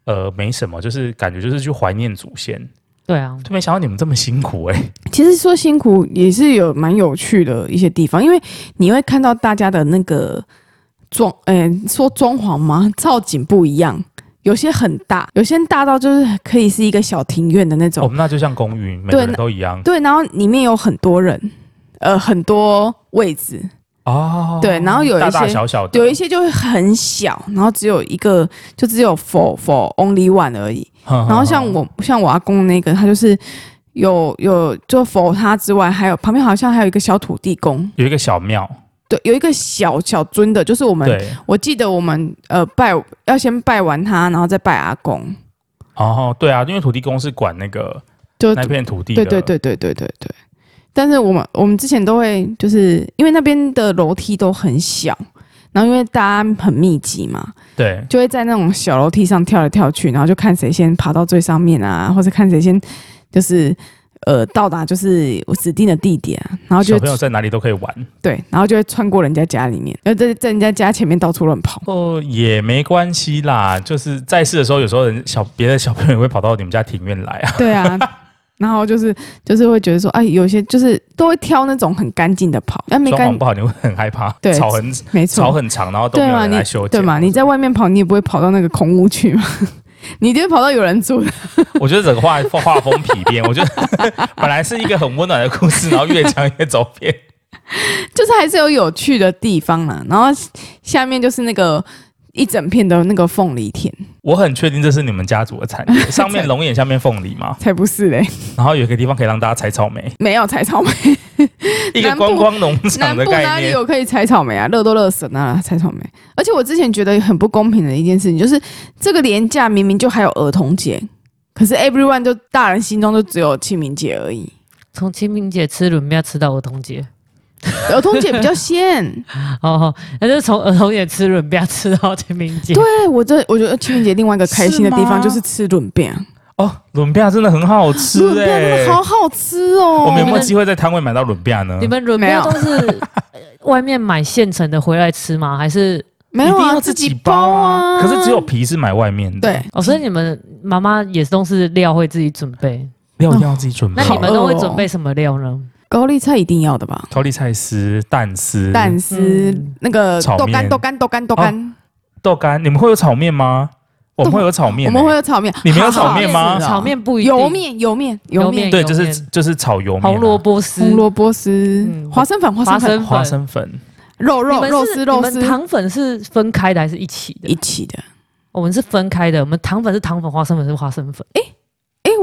[SPEAKER 1] 呃没什么，就是感觉就是去怀念祖先。
[SPEAKER 3] 对啊，
[SPEAKER 1] 就没想到你们这么辛苦 哎、
[SPEAKER 2] 其实说辛苦也是有蛮有趣的一些地方，因为你会看到大家的那个装，诶、说装潢吗？造景不一样，有些很大，有些大到就是可以是一个小庭院的那种
[SPEAKER 1] 我。们那就像公寓，每
[SPEAKER 2] 对
[SPEAKER 1] 个人都一样
[SPEAKER 2] 对，然后里面有很多人，呃，很多位置，
[SPEAKER 1] 哦。
[SPEAKER 2] 对，然后有一
[SPEAKER 1] 大
[SPEAKER 2] 些
[SPEAKER 1] 大小小的，
[SPEAKER 2] 有一些就会很小，然后只有一个，就只有 for for only one 而已。
[SPEAKER 1] 然
[SPEAKER 2] 然后像我像我阿公那个，他就是有有就 for 他之外，还有旁边好像还有一个小土地公，
[SPEAKER 1] 有一个小庙，
[SPEAKER 2] 对，有一个小小尊的，就是我们
[SPEAKER 1] 对，
[SPEAKER 2] 我记得我们呃拜要先拜完他，然后再拜阿公，
[SPEAKER 1] 哦，对啊，因为土地公是管那个
[SPEAKER 2] 就
[SPEAKER 1] 那片土地的，
[SPEAKER 2] 对对对对对对对。但是我们我们之前都会，就是因为那边的楼梯都很小，然后因为大家很密集嘛，
[SPEAKER 1] 对
[SPEAKER 2] 就会在那种小楼梯上跳来跳去，然后就看谁先爬到最上面啊，或者看谁先就是呃到达就是我指定的地点啊、然后就
[SPEAKER 1] 小朋友在哪里都可以玩，
[SPEAKER 2] 对，然后就会穿过人家家里面，然呃后在在人家家前面到处乱跑。
[SPEAKER 1] 哦，也没关系啦，就是在世的时候，有时候人小别的小朋友也会跑到你们家庭院来啊，
[SPEAKER 2] 对 啊，然后就是就是会觉得说，哎，有些就是都会挑那种很干净的跑，哎但没
[SPEAKER 1] 装
[SPEAKER 2] 干
[SPEAKER 1] 潢不好你会很害怕，
[SPEAKER 2] 对
[SPEAKER 1] 草很
[SPEAKER 2] 没
[SPEAKER 1] 草
[SPEAKER 2] 错，
[SPEAKER 1] 很长，然后都没
[SPEAKER 2] 对
[SPEAKER 1] 有
[SPEAKER 2] 嘛
[SPEAKER 1] 人
[SPEAKER 2] 你
[SPEAKER 1] 来修剪，
[SPEAKER 2] 对嘛，你在外面跑，你也不会跑到那个空屋去嘛， 你一定会跑到有人住的。
[SPEAKER 1] 我觉得整个画画风丕 变，我觉得 本来是一个很温暖的故事，然后越讲越走偏。
[SPEAKER 2] 就是还是有有趣的地方啦。然后下面就是那个一整片的那个凤梨田，
[SPEAKER 1] 我很确定这是你们家族的 产业，上面龙眼，下面凤梨嘛，
[SPEAKER 2] 才不是嘞，
[SPEAKER 1] 然后有一个地方可以让大家采草莓，
[SPEAKER 2] 没有采草莓，
[SPEAKER 1] 一个
[SPEAKER 2] 南部
[SPEAKER 1] 观光农场
[SPEAKER 2] 南
[SPEAKER 1] 的
[SPEAKER 2] 部哪
[SPEAKER 1] 概
[SPEAKER 2] 里
[SPEAKER 1] 念。
[SPEAKER 2] 有可以采草莓啊？乐都乐死那采草莓。而且我之前觉得很不公平的一件事情，就是这个廉价明明就还有儿童节。可是 everyone 就大人心中就只有清明节 而已，
[SPEAKER 3] 从清明节吃轮面吃到儿童节，
[SPEAKER 2] 儿童节比 较先。
[SPEAKER 3] 哦，那就是从儿童节吃轮面吃到清明节。
[SPEAKER 2] 对我这我觉得清明节另外一个开心的地
[SPEAKER 1] 是吗
[SPEAKER 2] 方就是吃轮 饼，
[SPEAKER 1] 哦，伦比亚真的很好 吃
[SPEAKER 2] 轮饼
[SPEAKER 1] 哎、
[SPEAKER 2] 真的好好吃哦。
[SPEAKER 1] 我们有没有机会在摊位买到伦比亚呢
[SPEAKER 3] 你？们轮
[SPEAKER 2] 没
[SPEAKER 3] 面
[SPEAKER 2] 有
[SPEAKER 3] 都是呃外面买现成的回来吃吗？还是
[SPEAKER 2] 没
[SPEAKER 1] 一
[SPEAKER 2] 有
[SPEAKER 1] 定
[SPEAKER 2] 啊，
[SPEAKER 1] 要
[SPEAKER 2] 自
[SPEAKER 1] 自己
[SPEAKER 2] 包
[SPEAKER 1] 包啊，可是只有皮是买外面的，
[SPEAKER 2] 对，
[SPEAKER 3] 哦？所以你们妈妈也都是料会自己准备，
[SPEAKER 1] 料一定要自己准备。
[SPEAKER 3] 那你们
[SPEAKER 2] 好饿
[SPEAKER 3] 都会
[SPEAKER 2] 哦
[SPEAKER 3] 准备什么料呢？
[SPEAKER 2] 高丽菜一定要的吧？
[SPEAKER 1] 高丽菜丝、蛋丝、
[SPEAKER 2] 蛋丝、
[SPEAKER 3] 嗯
[SPEAKER 2] 那个
[SPEAKER 1] 炒
[SPEAKER 2] 豆干、
[SPEAKER 1] 面哦
[SPEAKER 2] 豆干、豆干、豆干，
[SPEAKER 1] 豆干，你们会有炒面吗？我们会有炒面、欸，
[SPEAKER 2] 我们会有炒面。
[SPEAKER 1] 你们有
[SPEAKER 2] 好
[SPEAKER 1] 炒面吗
[SPEAKER 2] 好吃哦
[SPEAKER 3] 炒面不一定
[SPEAKER 2] 油面、油面、油
[SPEAKER 3] 油
[SPEAKER 2] 面、
[SPEAKER 3] 面
[SPEAKER 1] 对，就是
[SPEAKER 3] 油面
[SPEAKER 1] 就是炒油面、啊
[SPEAKER 3] 红萝、卜丝、
[SPEAKER 2] 红萝卜丝
[SPEAKER 3] 嗯、
[SPEAKER 2] 花生粉、花
[SPEAKER 3] 花
[SPEAKER 2] 生粉、
[SPEAKER 3] 生
[SPEAKER 1] 花
[SPEAKER 3] 粉。
[SPEAKER 1] 哦生粉，哦
[SPEAKER 2] 肉
[SPEAKER 3] 你
[SPEAKER 2] 肉
[SPEAKER 3] 们
[SPEAKER 2] 肉
[SPEAKER 3] 是
[SPEAKER 2] 丝、
[SPEAKER 3] 你
[SPEAKER 2] 肉
[SPEAKER 3] 们
[SPEAKER 2] 丝
[SPEAKER 3] 糖粉是分开的还是一起的
[SPEAKER 2] 一？起的。
[SPEAKER 3] 我们是分开的，我们糖粉是糖粉，花生粉是花生粉。
[SPEAKER 2] 哎，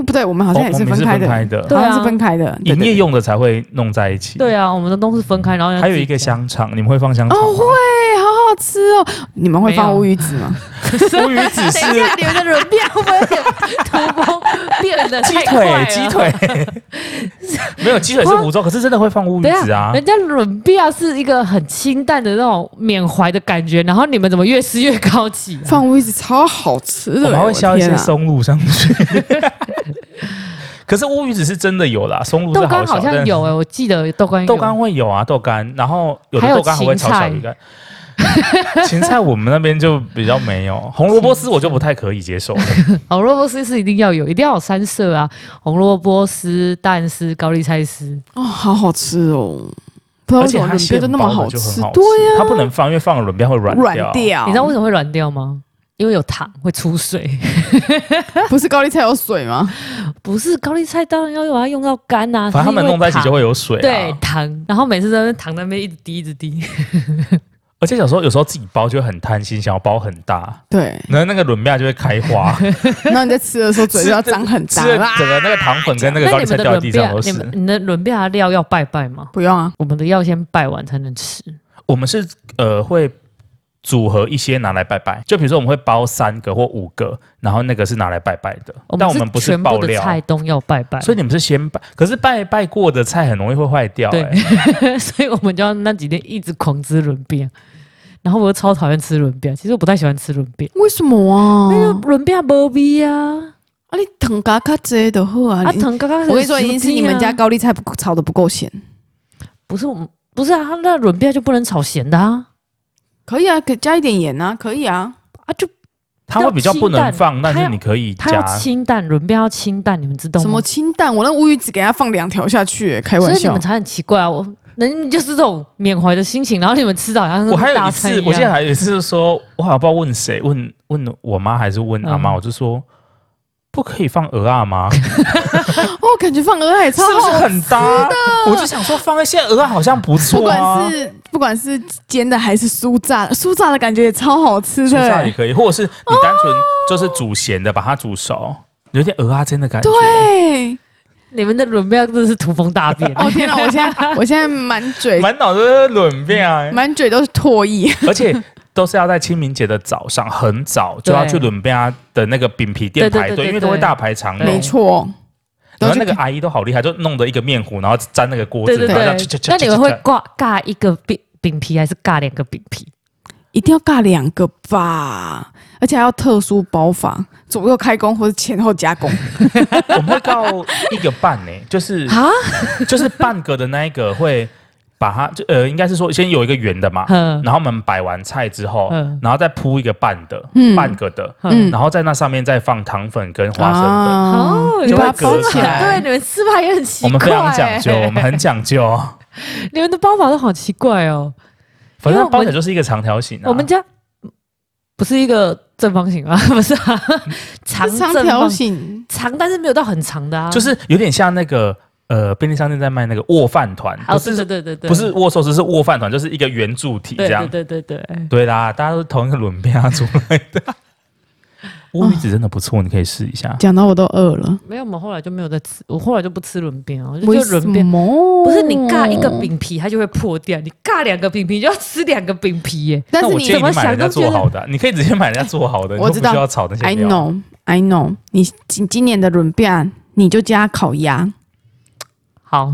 [SPEAKER 2] 不对，我们好像也
[SPEAKER 1] 哦我
[SPEAKER 2] 是
[SPEAKER 1] 们
[SPEAKER 2] 分开的，
[SPEAKER 1] 开的
[SPEAKER 3] 对
[SPEAKER 2] 好
[SPEAKER 3] 啊
[SPEAKER 2] 像是分开的。对
[SPEAKER 1] 营
[SPEAKER 2] 对
[SPEAKER 1] 业
[SPEAKER 2] 对
[SPEAKER 1] 用的才会弄在一起。
[SPEAKER 3] 对啊，我们的都是分开，然后
[SPEAKER 1] 还有一个
[SPEAKER 3] 香。
[SPEAKER 1] 香肠，你们会放香肠吗？
[SPEAKER 2] 哦会，好好吃哦。你们会
[SPEAKER 3] 没
[SPEAKER 2] 放
[SPEAKER 3] 有
[SPEAKER 2] 乌鱼子吗？
[SPEAKER 1] 乌鱼子是
[SPEAKER 3] 等一下，你们的轮变会不会有点突风变得
[SPEAKER 1] 鸡
[SPEAKER 3] 太快
[SPEAKER 1] 腿，
[SPEAKER 3] 了？
[SPEAKER 1] 鸡。腿 没有鸡腿是湖州，可是真的会放乌鱼
[SPEAKER 3] 等一
[SPEAKER 1] 子
[SPEAKER 3] 下，
[SPEAKER 1] 啊。
[SPEAKER 3] 人家轮变是一个很清淡的那种缅怀的感觉，然后你们怎么越吃越高级、啊？
[SPEAKER 2] 放乌鱼子超好吃的，
[SPEAKER 1] 我们还
[SPEAKER 2] 哎
[SPEAKER 1] 会削一
[SPEAKER 2] 天
[SPEAKER 1] 些
[SPEAKER 2] 啊
[SPEAKER 1] 松露上去。可是乌鱼子是真的有啦，松露是
[SPEAKER 3] 豆干
[SPEAKER 1] 小
[SPEAKER 3] 好像
[SPEAKER 1] 但
[SPEAKER 3] 有哎、我记得豆干有
[SPEAKER 1] 豆干会有啊，豆干，然后有的
[SPEAKER 3] 还有
[SPEAKER 1] 豆干还会炒小鱼干。芹菜我们那边就比较没有，红萝卜丝我就不太可以接受了。
[SPEAKER 3] 红萝卜丝是一定要有，一定要有三色啊，红萝卜丝、蛋丝、高丽菜丝。
[SPEAKER 2] 哦，好好吃哦。不知道
[SPEAKER 1] 而且它
[SPEAKER 2] 为什么轮边
[SPEAKER 1] 现
[SPEAKER 2] 就
[SPEAKER 1] 包
[SPEAKER 2] 那
[SPEAKER 1] 的
[SPEAKER 2] 么
[SPEAKER 1] 就很好吃，，
[SPEAKER 2] 吃对呀，
[SPEAKER 1] 它不能放，因为放了轮边会软
[SPEAKER 2] 软。掉。
[SPEAKER 3] 你知道为什么会软掉吗？因为有糖会 出水，
[SPEAKER 2] 不是高丽菜有水吗？
[SPEAKER 3] 不是高丽菜当然要有啊，用到干呐、啊。
[SPEAKER 1] 反正它们弄在一起就
[SPEAKER 3] 会、
[SPEAKER 1] 会有水、啊。
[SPEAKER 3] 对，糖，然后每次在那边糖在那边一直滴一直滴，
[SPEAKER 1] 而且小时候有时候自己包就会很贪心，想要包很 大，
[SPEAKER 2] 对，
[SPEAKER 1] 然后那个轮边就会开花，
[SPEAKER 2] 然后你在吃的时候嘴就要张 很
[SPEAKER 1] 吃
[SPEAKER 2] 大
[SPEAKER 1] 了
[SPEAKER 2] 啦。
[SPEAKER 1] 整个那个糖粉跟那个高
[SPEAKER 3] 那
[SPEAKER 1] 丽
[SPEAKER 3] 你
[SPEAKER 1] 菜
[SPEAKER 3] 们
[SPEAKER 1] 掉
[SPEAKER 3] 的
[SPEAKER 1] 在
[SPEAKER 3] 轮
[SPEAKER 1] 地上都
[SPEAKER 3] 变，
[SPEAKER 1] 是
[SPEAKER 3] 你们。你的轮变料要拜拜吗？
[SPEAKER 2] 不用啊，
[SPEAKER 3] 我们的要先拜完才能吃。
[SPEAKER 1] 我们是呃会组合一些拿来拜拜，就比如说我们会包三个或五个，然后那个是拿来拜拜的，但我们不是
[SPEAKER 3] 全
[SPEAKER 1] 爆
[SPEAKER 3] 部的
[SPEAKER 1] 料。
[SPEAKER 3] 菜都要拜拜，
[SPEAKER 1] 所以你们是先拜，可是拜拜过的菜很容易会坏掉、
[SPEAKER 3] 对
[SPEAKER 1] 欸。
[SPEAKER 3] 所以我们就要那几天一直狂吃轮变。然后我又超讨厌吃轮变，其实我不太喜欢吃轮变，
[SPEAKER 2] 为什么啊？
[SPEAKER 3] 那个轮变没味啊，
[SPEAKER 2] 啊，你藤嘎嘎这的喝啊！
[SPEAKER 3] 啊
[SPEAKER 2] 你
[SPEAKER 3] 疼刚刚
[SPEAKER 2] 我跟你说，一定是
[SPEAKER 3] 啊
[SPEAKER 2] 你们家高丽菜不够炒的不够咸。
[SPEAKER 3] 不是我们不是啊，他那轮变就不能炒咸的啊
[SPEAKER 2] 可以啊，可以加一点盐啊，可以啊。
[SPEAKER 3] 啊就
[SPEAKER 1] 它会比较不能放，
[SPEAKER 3] 它
[SPEAKER 1] 但
[SPEAKER 3] 要
[SPEAKER 1] 是你可以
[SPEAKER 3] 它要
[SPEAKER 1] 加。
[SPEAKER 3] 清淡，轮边要清淡，你们知道吗？
[SPEAKER 2] 什么清淡？我那乌鱼子给它放两条下去、开
[SPEAKER 3] 所
[SPEAKER 2] 玩
[SPEAKER 3] 以你
[SPEAKER 2] 笑
[SPEAKER 3] 们。才很奇怪啊！我能就是这种缅怀的心情，然后你们吃到好像是
[SPEAKER 1] 我还有
[SPEAKER 3] 大
[SPEAKER 1] 一
[SPEAKER 3] 餐
[SPEAKER 1] 次，
[SPEAKER 3] 样
[SPEAKER 1] 我记得还有一次是说，我好像不知道问谁，问问我妈还是问阿妈，
[SPEAKER 3] 嗯
[SPEAKER 1] 我就说不可以放鹅啊吗？
[SPEAKER 2] 哦，感觉放鹅海超
[SPEAKER 1] 是不是
[SPEAKER 2] 好
[SPEAKER 1] 很搭？我就想说放一些鹅啊好像不
[SPEAKER 2] 不
[SPEAKER 1] 错啊
[SPEAKER 2] 管，是不管是煎的还是酥炸的，酥炸的感觉也超好吃
[SPEAKER 1] 煮炸也
[SPEAKER 2] 的。
[SPEAKER 1] 可以，或者是你单纯就是煮咸的，把它煮熟，有点鹅啊煎的感觉。
[SPEAKER 2] 对，
[SPEAKER 3] 你们的轮边真的是土风大便。
[SPEAKER 2] 哎 哦天哪！我现在我现在满嘴
[SPEAKER 1] 满脑子都是轮变啊，
[SPEAKER 2] 满嘴都是唾液，
[SPEAKER 1] 而且都是要在清明节的早上很早就要去伦贝亚的那个饼皮店
[SPEAKER 3] 对对
[SPEAKER 1] 排
[SPEAKER 3] 对
[SPEAKER 1] 队，
[SPEAKER 3] 对
[SPEAKER 1] 因为都会大排长
[SPEAKER 3] 对
[SPEAKER 1] 龙
[SPEAKER 2] 没。错。
[SPEAKER 1] 然后
[SPEAKER 2] 都
[SPEAKER 1] 那
[SPEAKER 2] 去
[SPEAKER 1] 个阿姨都好厉害，就弄得一个面糊，然后沾那个锅
[SPEAKER 3] 对
[SPEAKER 1] 子，然
[SPEAKER 3] 对
[SPEAKER 1] 后这样
[SPEAKER 3] 对
[SPEAKER 1] 啾啾，啾
[SPEAKER 3] 那你们
[SPEAKER 1] 啾
[SPEAKER 3] 会
[SPEAKER 1] 啾
[SPEAKER 3] 挂尬一个饼饼皮，还是尬两个饼皮？
[SPEAKER 2] 一定要尬两个吧，而且还要特殊包法，左右开工或者前后加工。
[SPEAKER 1] 我们会到一个半 呢，就是
[SPEAKER 3] 啊，
[SPEAKER 1] 就是半个的那一个会把它就呃，应该是说先有一个圆的嘛，
[SPEAKER 3] 嗯
[SPEAKER 1] 然后我们摆完菜之后
[SPEAKER 3] 嗯，
[SPEAKER 1] 然后再铺一个半的
[SPEAKER 2] 嗯
[SPEAKER 1] 半个的，
[SPEAKER 2] 嗯
[SPEAKER 1] 然后在那上面再放糖粉跟花生粉。
[SPEAKER 2] 啊
[SPEAKER 3] 哦，
[SPEAKER 1] 就
[SPEAKER 3] 你
[SPEAKER 1] 会
[SPEAKER 3] 把它包
[SPEAKER 1] 隔
[SPEAKER 3] 起
[SPEAKER 1] 起来
[SPEAKER 3] 来，对，你们吃法也很奇
[SPEAKER 1] 我们
[SPEAKER 3] 怪。
[SPEAKER 1] 非常讲究，
[SPEAKER 3] 欸
[SPEAKER 1] 我们很讲究。哦
[SPEAKER 3] 你们的包法都好奇怪哦。
[SPEAKER 1] 反
[SPEAKER 3] 因为
[SPEAKER 1] 正
[SPEAKER 3] 我
[SPEAKER 1] 它包
[SPEAKER 3] 们
[SPEAKER 1] 起来就是一个长条形啊。
[SPEAKER 3] 我们家不是一个正方形吗？ 不是啊，长
[SPEAKER 2] 是长
[SPEAKER 3] 正
[SPEAKER 2] 条
[SPEAKER 3] 方
[SPEAKER 2] 形，
[SPEAKER 3] 长，但是没有到很长的啊。
[SPEAKER 1] 就是有点像那个呃便利商店在卖那个握饭团，不
[SPEAKER 3] 哦，对对
[SPEAKER 1] 是
[SPEAKER 3] 对对对，
[SPEAKER 1] 不是握寿司，是握饭团，就是一个圆柱体这
[SPEAKER 3] 对，
[SPEAKER 1] 样嗯
[SPEAKER 3] 对。对对对对。
[SPEAKER 1] 对啦，大家都是同一个轮边啊出来 的。乌鱼子真的不错，你可以试一下。
[SPEAKER 2] 讲到我都饿了。
[SPEAKER 3] 没有嘛，后来就没有再吃，我后来就不吃轮边了，我就
[SPEAKER 2] 为
[SPEAKER 3] 就
[SPEAKER 2] 什
[SPEAKER 3] 轮边。
[SPEAKER 2] 么？
[SPEAKER 3] 不是你尬一个，饼皮，它就会破掉；你尬两个饼皮，你就要吃两个饼皮耶。
[SPEAKER 2] 但
[SPEAKER 1] 那
[SPEAKER 2] 是
[SPEAKER 1] 我
[SPEAKER 2] 你
[SPEAKER 1] 建议
[SPEAKER 3] 怎么
[SPEAKER 1] 你买人
[SPEAKER 3] 想
[SPEAKER 1] 家
[SPEAKER 3] 都觉
[SPEAKER 1] 做
[SPEAKER 3] 得
[SPEAKER 1] 好的，啊你可以直接买人家做好 的，你
[SPEAKER 2] 我
[SPEAKER 1] 都
[SPEAKER 2] 知
[SPEAKER 1] 不
[SPEAKER 2] 道
[SPEAKER 1] 需要炒那些
[SPEAKER 2] I
[SPEAKER 1] 料。
[SPEAKER 2] know I know，你今今年的轮变你就加烤鸭，
[SPEAKER 3] 好，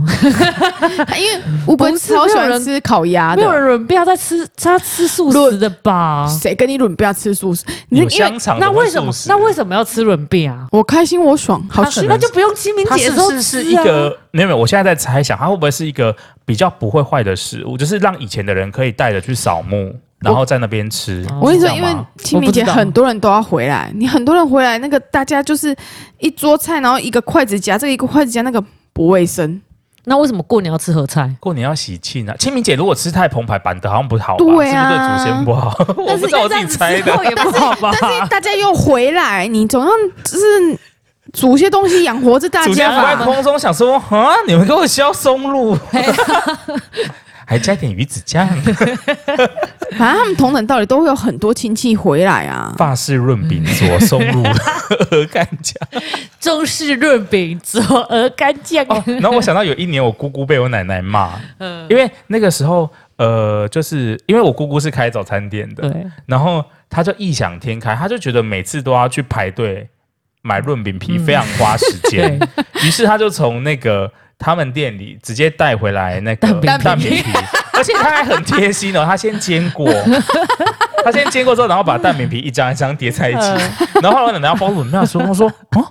[SPEAKER 2] 因为乌龟
[SPEAKER 3] 不是
[SPEAKER 2] 超喜
[SPEAKER 3] 没有
[SPEAKER 2] 欢
[SPEAKER 3] 人
[SPEAKER 2] 吃烤鸭
[SPEAKER 3] 没有
[SPEAKER 2] 的。
[SPEAKER 3] 人不要再吃，他吃素食的吧？
[SPEAKER 2] 谁跟你轮变吃素食？
[SPEAKER 1] 啊有
[SPEAKER 2] 因为
[SPEAKER 1] 香肠
[SPEAKER 3] 那
[SPEAKER 1] 怎会
[SPEAKER 3] 为什么
[SPEAKER 1] 素食？
[SPEAKER 3] 那为什么要吃轮便啊？
[SPEAKER 2] 我开心我爽，
[SPEAKER 1] 它
[SPEAKER 2] 好
[SPEAKER 1] 可
[SPEAKER 2] 吃
[SPEAKER 1] 能
[SPEAKER 3] 那就不用清明
[SPEAKER 1] 它
[SPEAKER 3] 节
[SPEAKER 1] 是
[SPEAKER 3] 的时候
[SPEAKER 1] 不
[SPEAKER 3] 吃、啊、
[SPEAKER 1] 是是一个没有没有？我现在在猜想，它会不会是一个比较不会坏的食物，就是让以前的人可以带着去扫墓，然后在那边吃。
[SPEAKER 2] 我哦跟你
[SPEAKER 1] 是这
[SPEAKER 2] 说，
[SPEAKER 1] 样
[SPEAKER 2] 因为
[SPEAKER 1] 吗
[SPEAKER 2] 清明
[SPEAKER 3] 我不
[SPEAKER 2] 节
[SPEAKER 3] 知道
[SPEAKER 2] 很多人都要回来，你很多人回来，那个大家就是一桌菜，然后一个筷子夹这个，一个筷子夹那个，不卫生。
[SPEAKER 3] 那为什么过年要吃合菜？
[SPEAKER 1] 过年要喜庆啊！清明节如果吃太澎湃，板的好像不好吧？
[SPEAKER 2] 对
[SPEAKER 1] 是
[SPEAKER 2] 啊
[SPEAKER 1] 不是对祖先不好？ 我不知道我自己猜的。
[SPEAKER 3] 也不 好吧？
[SPEAKER 2] 但是大家又回来，你总要就是煮些东西养活着大
[SPEAKER 1] 祖先
[SPEAKER 2] 家
[SPEAKER 1] 在
[SPEAKER 2] 吧。
[SPEAKER 1] 空中想说啊，你们给我削松露，
[SPEAKER 2] 哎
[SPEAKER 1] 还加点鱼子酱，
[SPEAKER 2] 反正他们同等道理都会有很多亲戚回来啊。
[SPEAKER 1] 法式润饼佐松 露 鹅肝酱。
[SPEAKER 3] 中式润饼佐鹅肝酱。
[SPEAKER 1] 哦，然后我想到有一年我姑姑被我奶奶骂，
[SPEAKER 3] 嗯，
[SPEAKER 1] 因为那个时候呃，就是因为我姑姑是开早餐店的，
[SPEAKER 3] 对，
[SPEAKER 1] 然后她就异想天开，她就觉得每次都要去排队买润饼皮，非常花时间。
[SPEAKER 3] 嗯对
[SPEAKER 1] 于是他就从那个他们店里直接带回来那个
[SPEAKER 3] 蛋饼皮
[SPEAKER 1] 皮，而且他还很贴心哦，他先煎 过，他先煎过之后，然后把蛋饼皮一张一张叠在一起，
[SPEAKER 3] 嗯
[SPEAKER 1] 然后后来我奶奶要包我妙说，他说啊。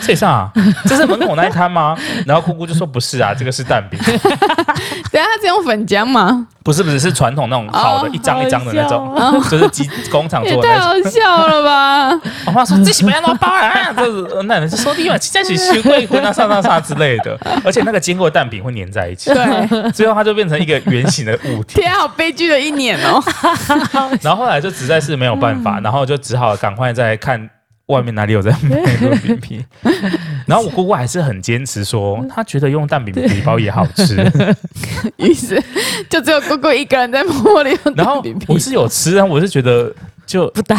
[SPEAKER 1] 这也上啊，这是门口那一摊吗？然后姑姑就说不是啊，这个是蛋 饼，
[SPEAKER 2] 等一下他只用粉浆吗？
[SPEAKER 1] 不是不是是传统那种好的，
[SPEAKER 2] 哦
[SPEAKER 1] 一张一张的那种，
[SPEAKER 3] 好
[SPEAKER 1] 就是机工厂
[SPEAKER 2] 也
[SPEAKER 1] 做的
[SPEAKER 2] 太
[SPEAKER 1] 那种。
[SPEAKER 2] 好笑了吧！
[SPEAKER 1] 我妈说这是不要弄包啊，这是呃奶奶就说你们在一起吃贵荤啊、上上上之类的，而且那个煎过的蛋饼会粘在一 起，
[SPEAKER 2] 对，
[SPEAKER 1] 最后它就变成一个圆形的物体。
[SPEAKER 2] 天啊，好悲剧的一年哦。
[SPEAKER 1] 然后后来就实在是没有办法，然后就只好赶快再看外面哪里有在卖蛋饼 皮。然后我姑姑还是很坚持说，她觉得用蛋饼皮包也好 吃。
[SPEAKER 2] 于是就只有姑姑一个人在默默的用
[SPEAKER 1] 然后
[SPEAKER 2] 蛋饼皮
[SPEAKER 1] 我是有吃，但我是觉得就
[SPEAKER 3] 不搭，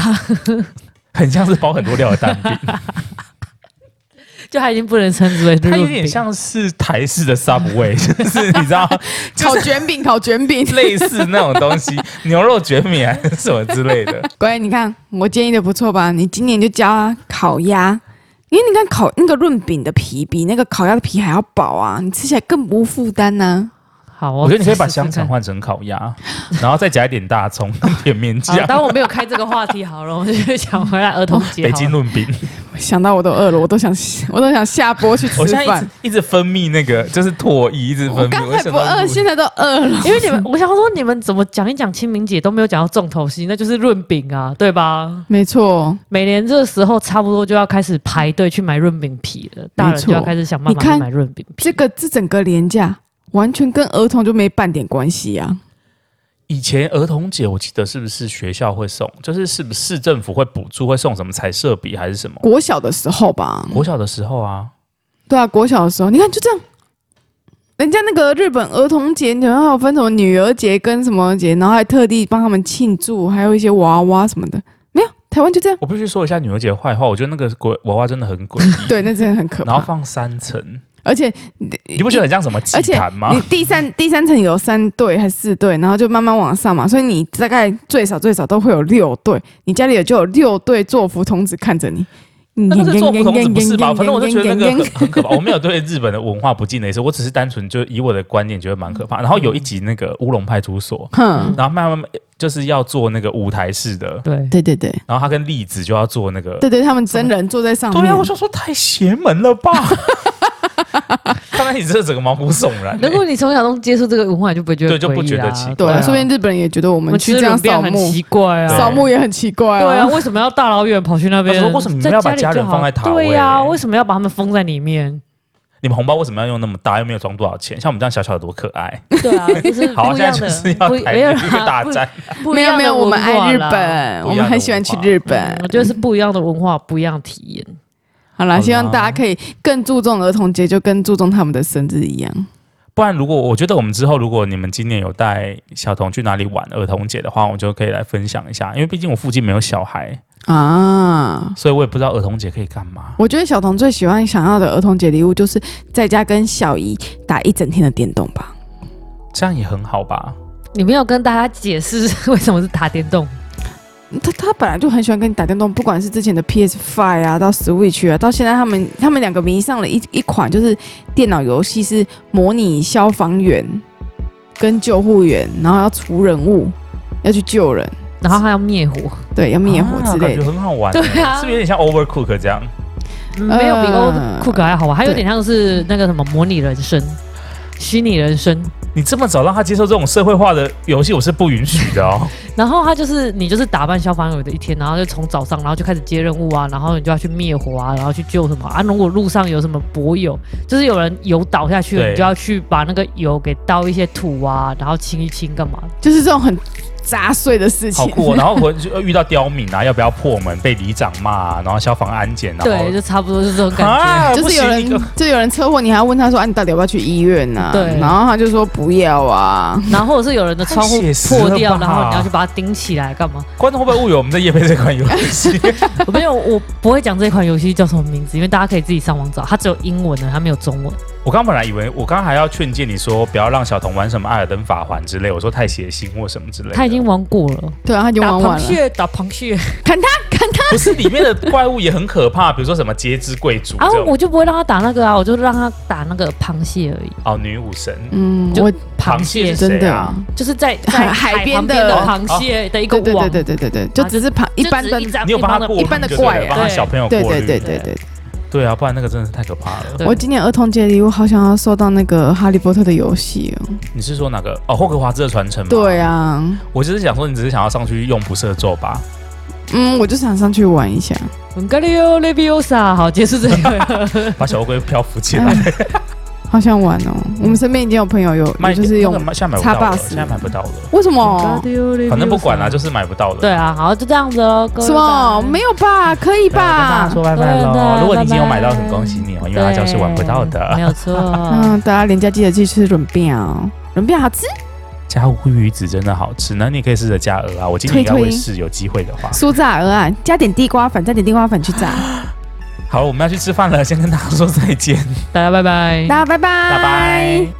[SPEAKER 1] 很像是包很多料的蛋 饼，
[SPEAKER 3] 就他已经不能称之为润饼。
[SPEAKER 1] 它有点像是台式的 Subway，就是 你知道
[SPEAKER 2] 烤卷饼，烤卷饼。
[SPEAKER 1] 类似那种东 西，牛肉卷米还是什么之类的。
[SPEAKER 2] 乖，你看我建议的不错吧？你今年就加烤鸭，因为你看烤那个润饼的皮比那个烤鸭的皮还要薄啊，你吃起来更无负担呢、
[SPEAKER 3] 好，
[SPEAKER 1] 我觉得你可以把
[SPEAKER 3] 试试
[SPEAKER 1] 香肠
[SPEAKER 3] 看。
[SPEAKER 1] 换成烤鸭， 然好然后再加一点大葱，甜面
[SPEAKER 3] 好，
[SPEAKER 1] 酱，
[SPEAKER 3] 当我没有开这个话题好了，我就想回来儿童
[SPEAKER 1] 北
[SPEAKER 3] 节好了。
[SPEAKER 1] 京润饼。
[SPEAKER 2] 想到我都饿了，我都想我都想下播去吃
[SPEAKER 1] 我现在一
[SPEAKER 2] 饭
[SPEAKER 1] 直。一直分泌那个就是唾液，一直
[SPEAKER 2] 我
[SPEAKER 1] 分泌。
[SPEAKER 2] 刚
[SPEAKER 1] 我
[SPEAKER 2] 才
[SPEAKER 1] 想嗯
[SPEAKER 2] 不
[SPEAKER 1] 到
[SPEAKER 2] 饿，
[SPEAKER 1] 录
[SPEAKER 2] 现在都饿了。
[SPEAKER 3] 因为你们，我想说你们怎么讲一讲清明节都没有讲到重头戏，那就是润饼啊，对吧？
[SPEAKER 2] 没错，
[SPEAKER 3] 每年这个时候差不多就要开始排队去买润饼皮了，大人就要开始想办法
[SPEAKER 2] 你看
[SPEAKER 3] 去买润饼皮。
[SPEAKER 2] 这个这整个廉价完全跟儿童就没半点关系啊。
[SPEAKER 1] 以前儿童节，我记得是不是学校会送，就是是不是市政府会补助，会送什么彩色笔还是什么？
[SPEAKER 2] 国小的时候吧，
[SPEAKER 1] 国小的时候啊，
[SPEAKER 2] 对啊，国小的时候，你看就这样。人家那个日本儿童节，然后还有分什么女儿节跟什么节，然后还特地帮他们庆祝，还有一些娃娃什么的，没有台湾就这样。
[SPEAKER 1] 我必须说一下女儿节的坏话，我觉得那个鬼娃娃真的很诡异。
[SPEAKER 2] 对，那真的很可
[SPEAKER 1] 然后
[SPEAKER 2] 怕。
[SPEAKER 1] 放三层，
[SPEAKER 2] 而且
[SPEAKER 1] 你不觉得很像什么祭
[SPEAKER 2] 而且
[SPEAKER 1] 坛吗
[SPEAKER 2] 你？第三第三层有三对还是四对，然后就慢慢往上嘛，所以你大概最少最少都会有六对，你家里有就有六对做福童子看着你。
[SPEAKER 1] 那
[SPEAKER 2] 那
[SPEAKER 1] 个是做普通子不是吧？反正我就觉得那个 很很可怕。我没有对日本的文化不敬的意思，我只是单纯就以我的观点觉得蛮可怕。然后有一集那个乌龙派出所，
[SPEAKER 2] 哼，
[SPEAKER 1] 然后慢慢就是要做那个舞台式的，
[SPEAKER 3] 对，
[SPEAKER 2] 对对对
[SPEAKER 1] 然后他跟栗子就要做那个
[SPEAKER 2] 对对，他们真人坐在上面，
[SPEAKER 1] 对啊，我想说太邪门了 吧！看来你这整个毛骨悚然欸、
[SPEAKER 3] 如果你从小都接触这个文化，你就不会觉得
[SPEAKER 1] 对就不
[SPEAKER 3] 诡异
[SPEAKER 1] 觉得
[SPEAKER 3] 啦
[SPEAKER 1] 奇怪
[SPEAKER 2] 对啊，
[SPEAKER 3] 啊
[SPEAKER 2] 说不定日本人也觉得我
[SPEAKER 3] 我
[SPEAKER 2] 们
[SPEAKER 3] 们
[SPEAKER 2] 去
[SPEAKER 3] 吃
[SPEAKER 2] 这样
[SPEAKER 3] 冷面
[SPEAKER 2] 扫
[SPEAKER 3] 很
[SPEAKER 2] 墓，
[SPEAKER 3] 奇怪
[SPEAKER 1] 对
[SPEAKER 3] 啊。
[SPEAKER 2] 扫墓也很奇怪哦
[SPEAKER 3] 对啊，为什么要大老远跑去那边
[SPEAKER 1] 他说？为什么你们要把家人放在塔位
[SPEAKER 3] 对呀、为什么要把他们封在里面？
[SPEAKER 1] 你们红包为什么要用那么大？又没有装多少钱？像我们这样小小的多可爱！
[SPEAKER 3] 对啊，就是
[SPEAKER 1] 好、
[SPEAKER 3] 不一
[SPEAKER 1] 现
[SPEAKER 3] 样
[SPEAKER 1] 在
[SPEAKER 3] 的，
[SPEAKER 1] 就是要
[SPEAKER 3] 不
[SPEAKER 1] 台
[SPEAKER 3] 没有
[SPEAKER 1] 语大
[SPEAKER 3] 啦，
[SPEAKER 1] 战。
[SPEAKER 3] 不
[SPEAKER 2] 没有没有，我们爱日
[SPEAKER 3] 不一样的文化啦
[SPEAKER 2] 本，我
[SPEAKER 1] 不一样
[SPEAKER 2] 们
[SPEAKER 1] 的
[SPEAKER 2] 很喜欢
[SPEAKER 1] 文
[SPEAKER 2] 去
[SPEAKER 1] 化
[SPEAKER 2] 日
[SPEAKER 3] 嗯我
[SPEAKER 2] 本。
[SPEAKER 3] 觉得是不一样的文化，不一样的体验。
[SPEAKER 2] 好
[SPEAKER 1] 好
[SPEAKER 2] 啦，
[SPEAKER 1] 啦
[SPEAKER 2] 希望大家可以更注重儿童节，就更注重他们的生日一样。
[SPEAKER 1] 不然，如果我觉得我们之后，如果你们今年有带小童去哪里玩儿童节的话，我就可以来分享一下。因为毕竟我附近没有小孩，
[SPEAKER 2] 啊。
[SPEAKER 1] 所以我也不知道儿童节可以干嘛。
[SPEAKER 2] 我觉得小童最喜欢想要的儿童节礼物就是在家跟小姨打一整天的电动吧。
[SPEAKER 1] 这样也很好吧？
[SPEAKER 3] 你没有跟大家解释为什么是打电动，
[SPEAKER 2] 他他本来就很喜欢跟你打电动，不管是之前的 PS Five 啊，到 Switch 啊，到现在他们他们两个迷上了一一款就是电脑游戏，是模拟消防员跟救护员，然后要除人物，要去救人，
[SPEAKER 3] 然后还要灭火，
[SPEAKER 2] 对，要灭火之类
[SPEAKER 1] 啊、感觉
[SPEAKER 2] 的。
[SPEAKER 1] 很好玩、欸。
[SPEAKER 3] 对啊
[SPEAKER 1] 是不是有点像 Overcook 这样？
[SPEAKER 3] 嗯没有比
[SPEAKER 2] 呃
[SPEAKER 3] Overcook 还好玩，还有点像是那个什么模拟人生、虚拟人生。
[SPEAKER 1] 你这么早让他接受这种社会化的游戏，我是不允许的 哦。
[SPEAKER 3] 然后他就是你就是打扮消防员的一天，然后就从早上，然后就开始接任务啊，然后你就要去灭火啊，然后去救什么啊。如果路上有什么柏油，就是有人油倒下去了，
[SPEAKER 1] 对
[SPEAKER 3] 你就要去把那个油给倒一些土啊，然后清一清干嘛？
[SPEAKER 2] 就是这种很杂碎的事情。
[SPEAKER 1] 好酷、哦！然后我就遇到刁民啊，要不要破门？被里长骂、然后消防安检，然后
[SPEAKER 3] 对，就差不多是这种感觉。
[SPEAKER 1] 啊，
[SPEAKER 2] 就是有
[SPEAKER 1] 不行
[SPEAKER 2] 人，就有人车祸，你还要问他说：“啊，你到底要不要去医院呐、
[SPEAKER 3] 对
[SPEAKER 2] 然后他就说：“不要啊。
[SPEAKER 3] 然后或者是有人的窗户
[SPEAKER 1] 太写实了
[SPEAKER 3] 破掉，
[SPEAKER 1] 吧
[SPEAKER 3] 然后你要去把它钉起来干嘛？
[SPEAKER 1] 观众会不会误以为我们在夜配这款游戏？
[SPEAKER 3] 我没有，我不会讲这款游戏叫什么名字，因为大家可以自己上网找，它只有英文的，它没有中文。
[SPEAKER 1] 我刚本来以为，我刚还要劝诫你说不要让小童玩什么《艾尔登法环》之类，我说太血腥或什么之类的。
[SPEAKER 3] 他已经玩过了，”
[SPEAKER 2] 对啊，他已经
[SPEAKER 3] 打
[SPEAKER 2] 玩
[SPEAKER 3] 螃
[SPEAKER 2] 完了。
[SPEAKER 3] 蟹，打螃蟹
[SPEAKER 2] 砍他，砍他！
[SPEAKER 1] 不是里面的怪物也很可怕，比如说什么截肢贵族
[SPEAKER 3] 啊
[SPEAKER 1] 这，种
[SPEAKER 3] 我就不会让他打那个啊，我就让他打那个螃蟹而已。
[SPEAKER 1] 哦，女武神。
[SPEAKER 2] 嗯，
[SPEAKER 3] 就
[SPEAKER 2] 我
[SPEAKER 1] 螃
[SPEAKER 3] 螃
[SPEAKER 1] 蟹
[SPEAKER 3] 蟹
[SPEAKER 1] 是
[SPEAKER 2] 真
[SPEAKER 1] 谁
[SPEAKER 2] 的
[SPEAKER 1] 啊
[SPEAKER 2] 啊。
[SPEAKER 3] 就是 在
[SPEAKER 2] 海
[SPEAKER 3] 在
[SPEAKER 2] 海边
[SPEAKER 3] 边
[SPEAKER 2] 的
[SPEAKER 3] 的螃蟹的一个
[SPEAKER 2] 对对
[SPEAKER 3] 网，
[SPEAKER 2] 对对对对对，就只是旁一般的
[SPEAKER 3] 就只，是一张
[SPEAKER 1] 你有帮他过
[SPEAKER 3] 一
[SPEAKER 1] 滤
[SPEAKER 2] 一般的
[SPEAKER 1] 就对了
[SPEAKER 2] 怪啊
[SPEAKER 1] 帮他小朋友过
[SPEAKER 2] 对
[SPEAKER 1] 滤。
[SPEAKER 2] 对对对对。
[SPEAKER 1] 对啊，不然那个真的是太可怕了。
[SPEAKER 3] 对
[SPEAKER 2] 我今年儿童节礼物好想要收到那个《哈利波特》的游戏哦。
[SPEAKER 1] 你是说哪个？哦，霍格华兹的传承吗？
[SPEAKER 2] 对啊，
[SPEAKER 1] 我就是想说，你只是想要上去用不射咒 吧？
[SPEAKER 2] 嗯，我就想上去玩一下。
[SPEAKER 3] 本格里奥雷比欧萨，好，结束这 个。
[SPEAKER 1] 把小乌龟漂浮起来
[SPEAKER 2] 哎。好想玩哦！我们身边已经有朋友有，
[SPEAKER 1] 卖
[SPEAKER 2] 就是 用
[SPEAKER 1] 那个卖现在买不
[SPEAKER 2] 插
[SPEAKER 1] 到了，
[SPEAKER 2] bus
[SPEAKER 1] 现在买不到了。
[SPEAKER 2] 为什么？
[SPEAKER 1] 反正不管了，就是是买不到了。
[SPEAKER 3] 对啊，好，就这样子哦。各位
[SPEAKER 2] 什么？没有吧？可以
[SPEAKER 1] 对，啊我跟大
[SPEAKER 2] 吧
[SPEAKER 1] 家？说拜拜
[SPEAKER 3] 对
[SPEAKER 1] 喽！
[SPEAKER 2] 啊
[SPEAKER 3] 的
[SPEAKER 1] 如果你已经有买到，
[SPEAKER 3] 拜拜
[SPEAKER 1] 很恭喜你哦，因为
[SPEAKER 3] 对
[SPEAKER 1] 阿娇是玩不到
[SPEAKER 3] 没
[SPEAKER 1] 的。
[SPEAKER 3] 有错。
[SPEAKER 2] 嗯，大家廉价记得去吃润饼哦，润饼好吃。
[SPEAKER 1] 加乌鱼子真的好吃，那你也可以试着加鹅啊。我今年应该
[SPEAKER 2] 推
[SPEAKER 1] 会
[SPEAKER 2] 推
[SPEAKER 1] 试，有机会的话。
[SPEAKER 2] 酥炸鹅啊，加点地瓜粉，加点地瓜粉去炸。
[SPEAKER 1] 哎好了，我们要去吃饭了，先跟大家说再见，
[SPEAKER 3] 大家拜拜。
[SPEAKER 2] 大家拜拜，
[SPEAKER 1] 拜拜。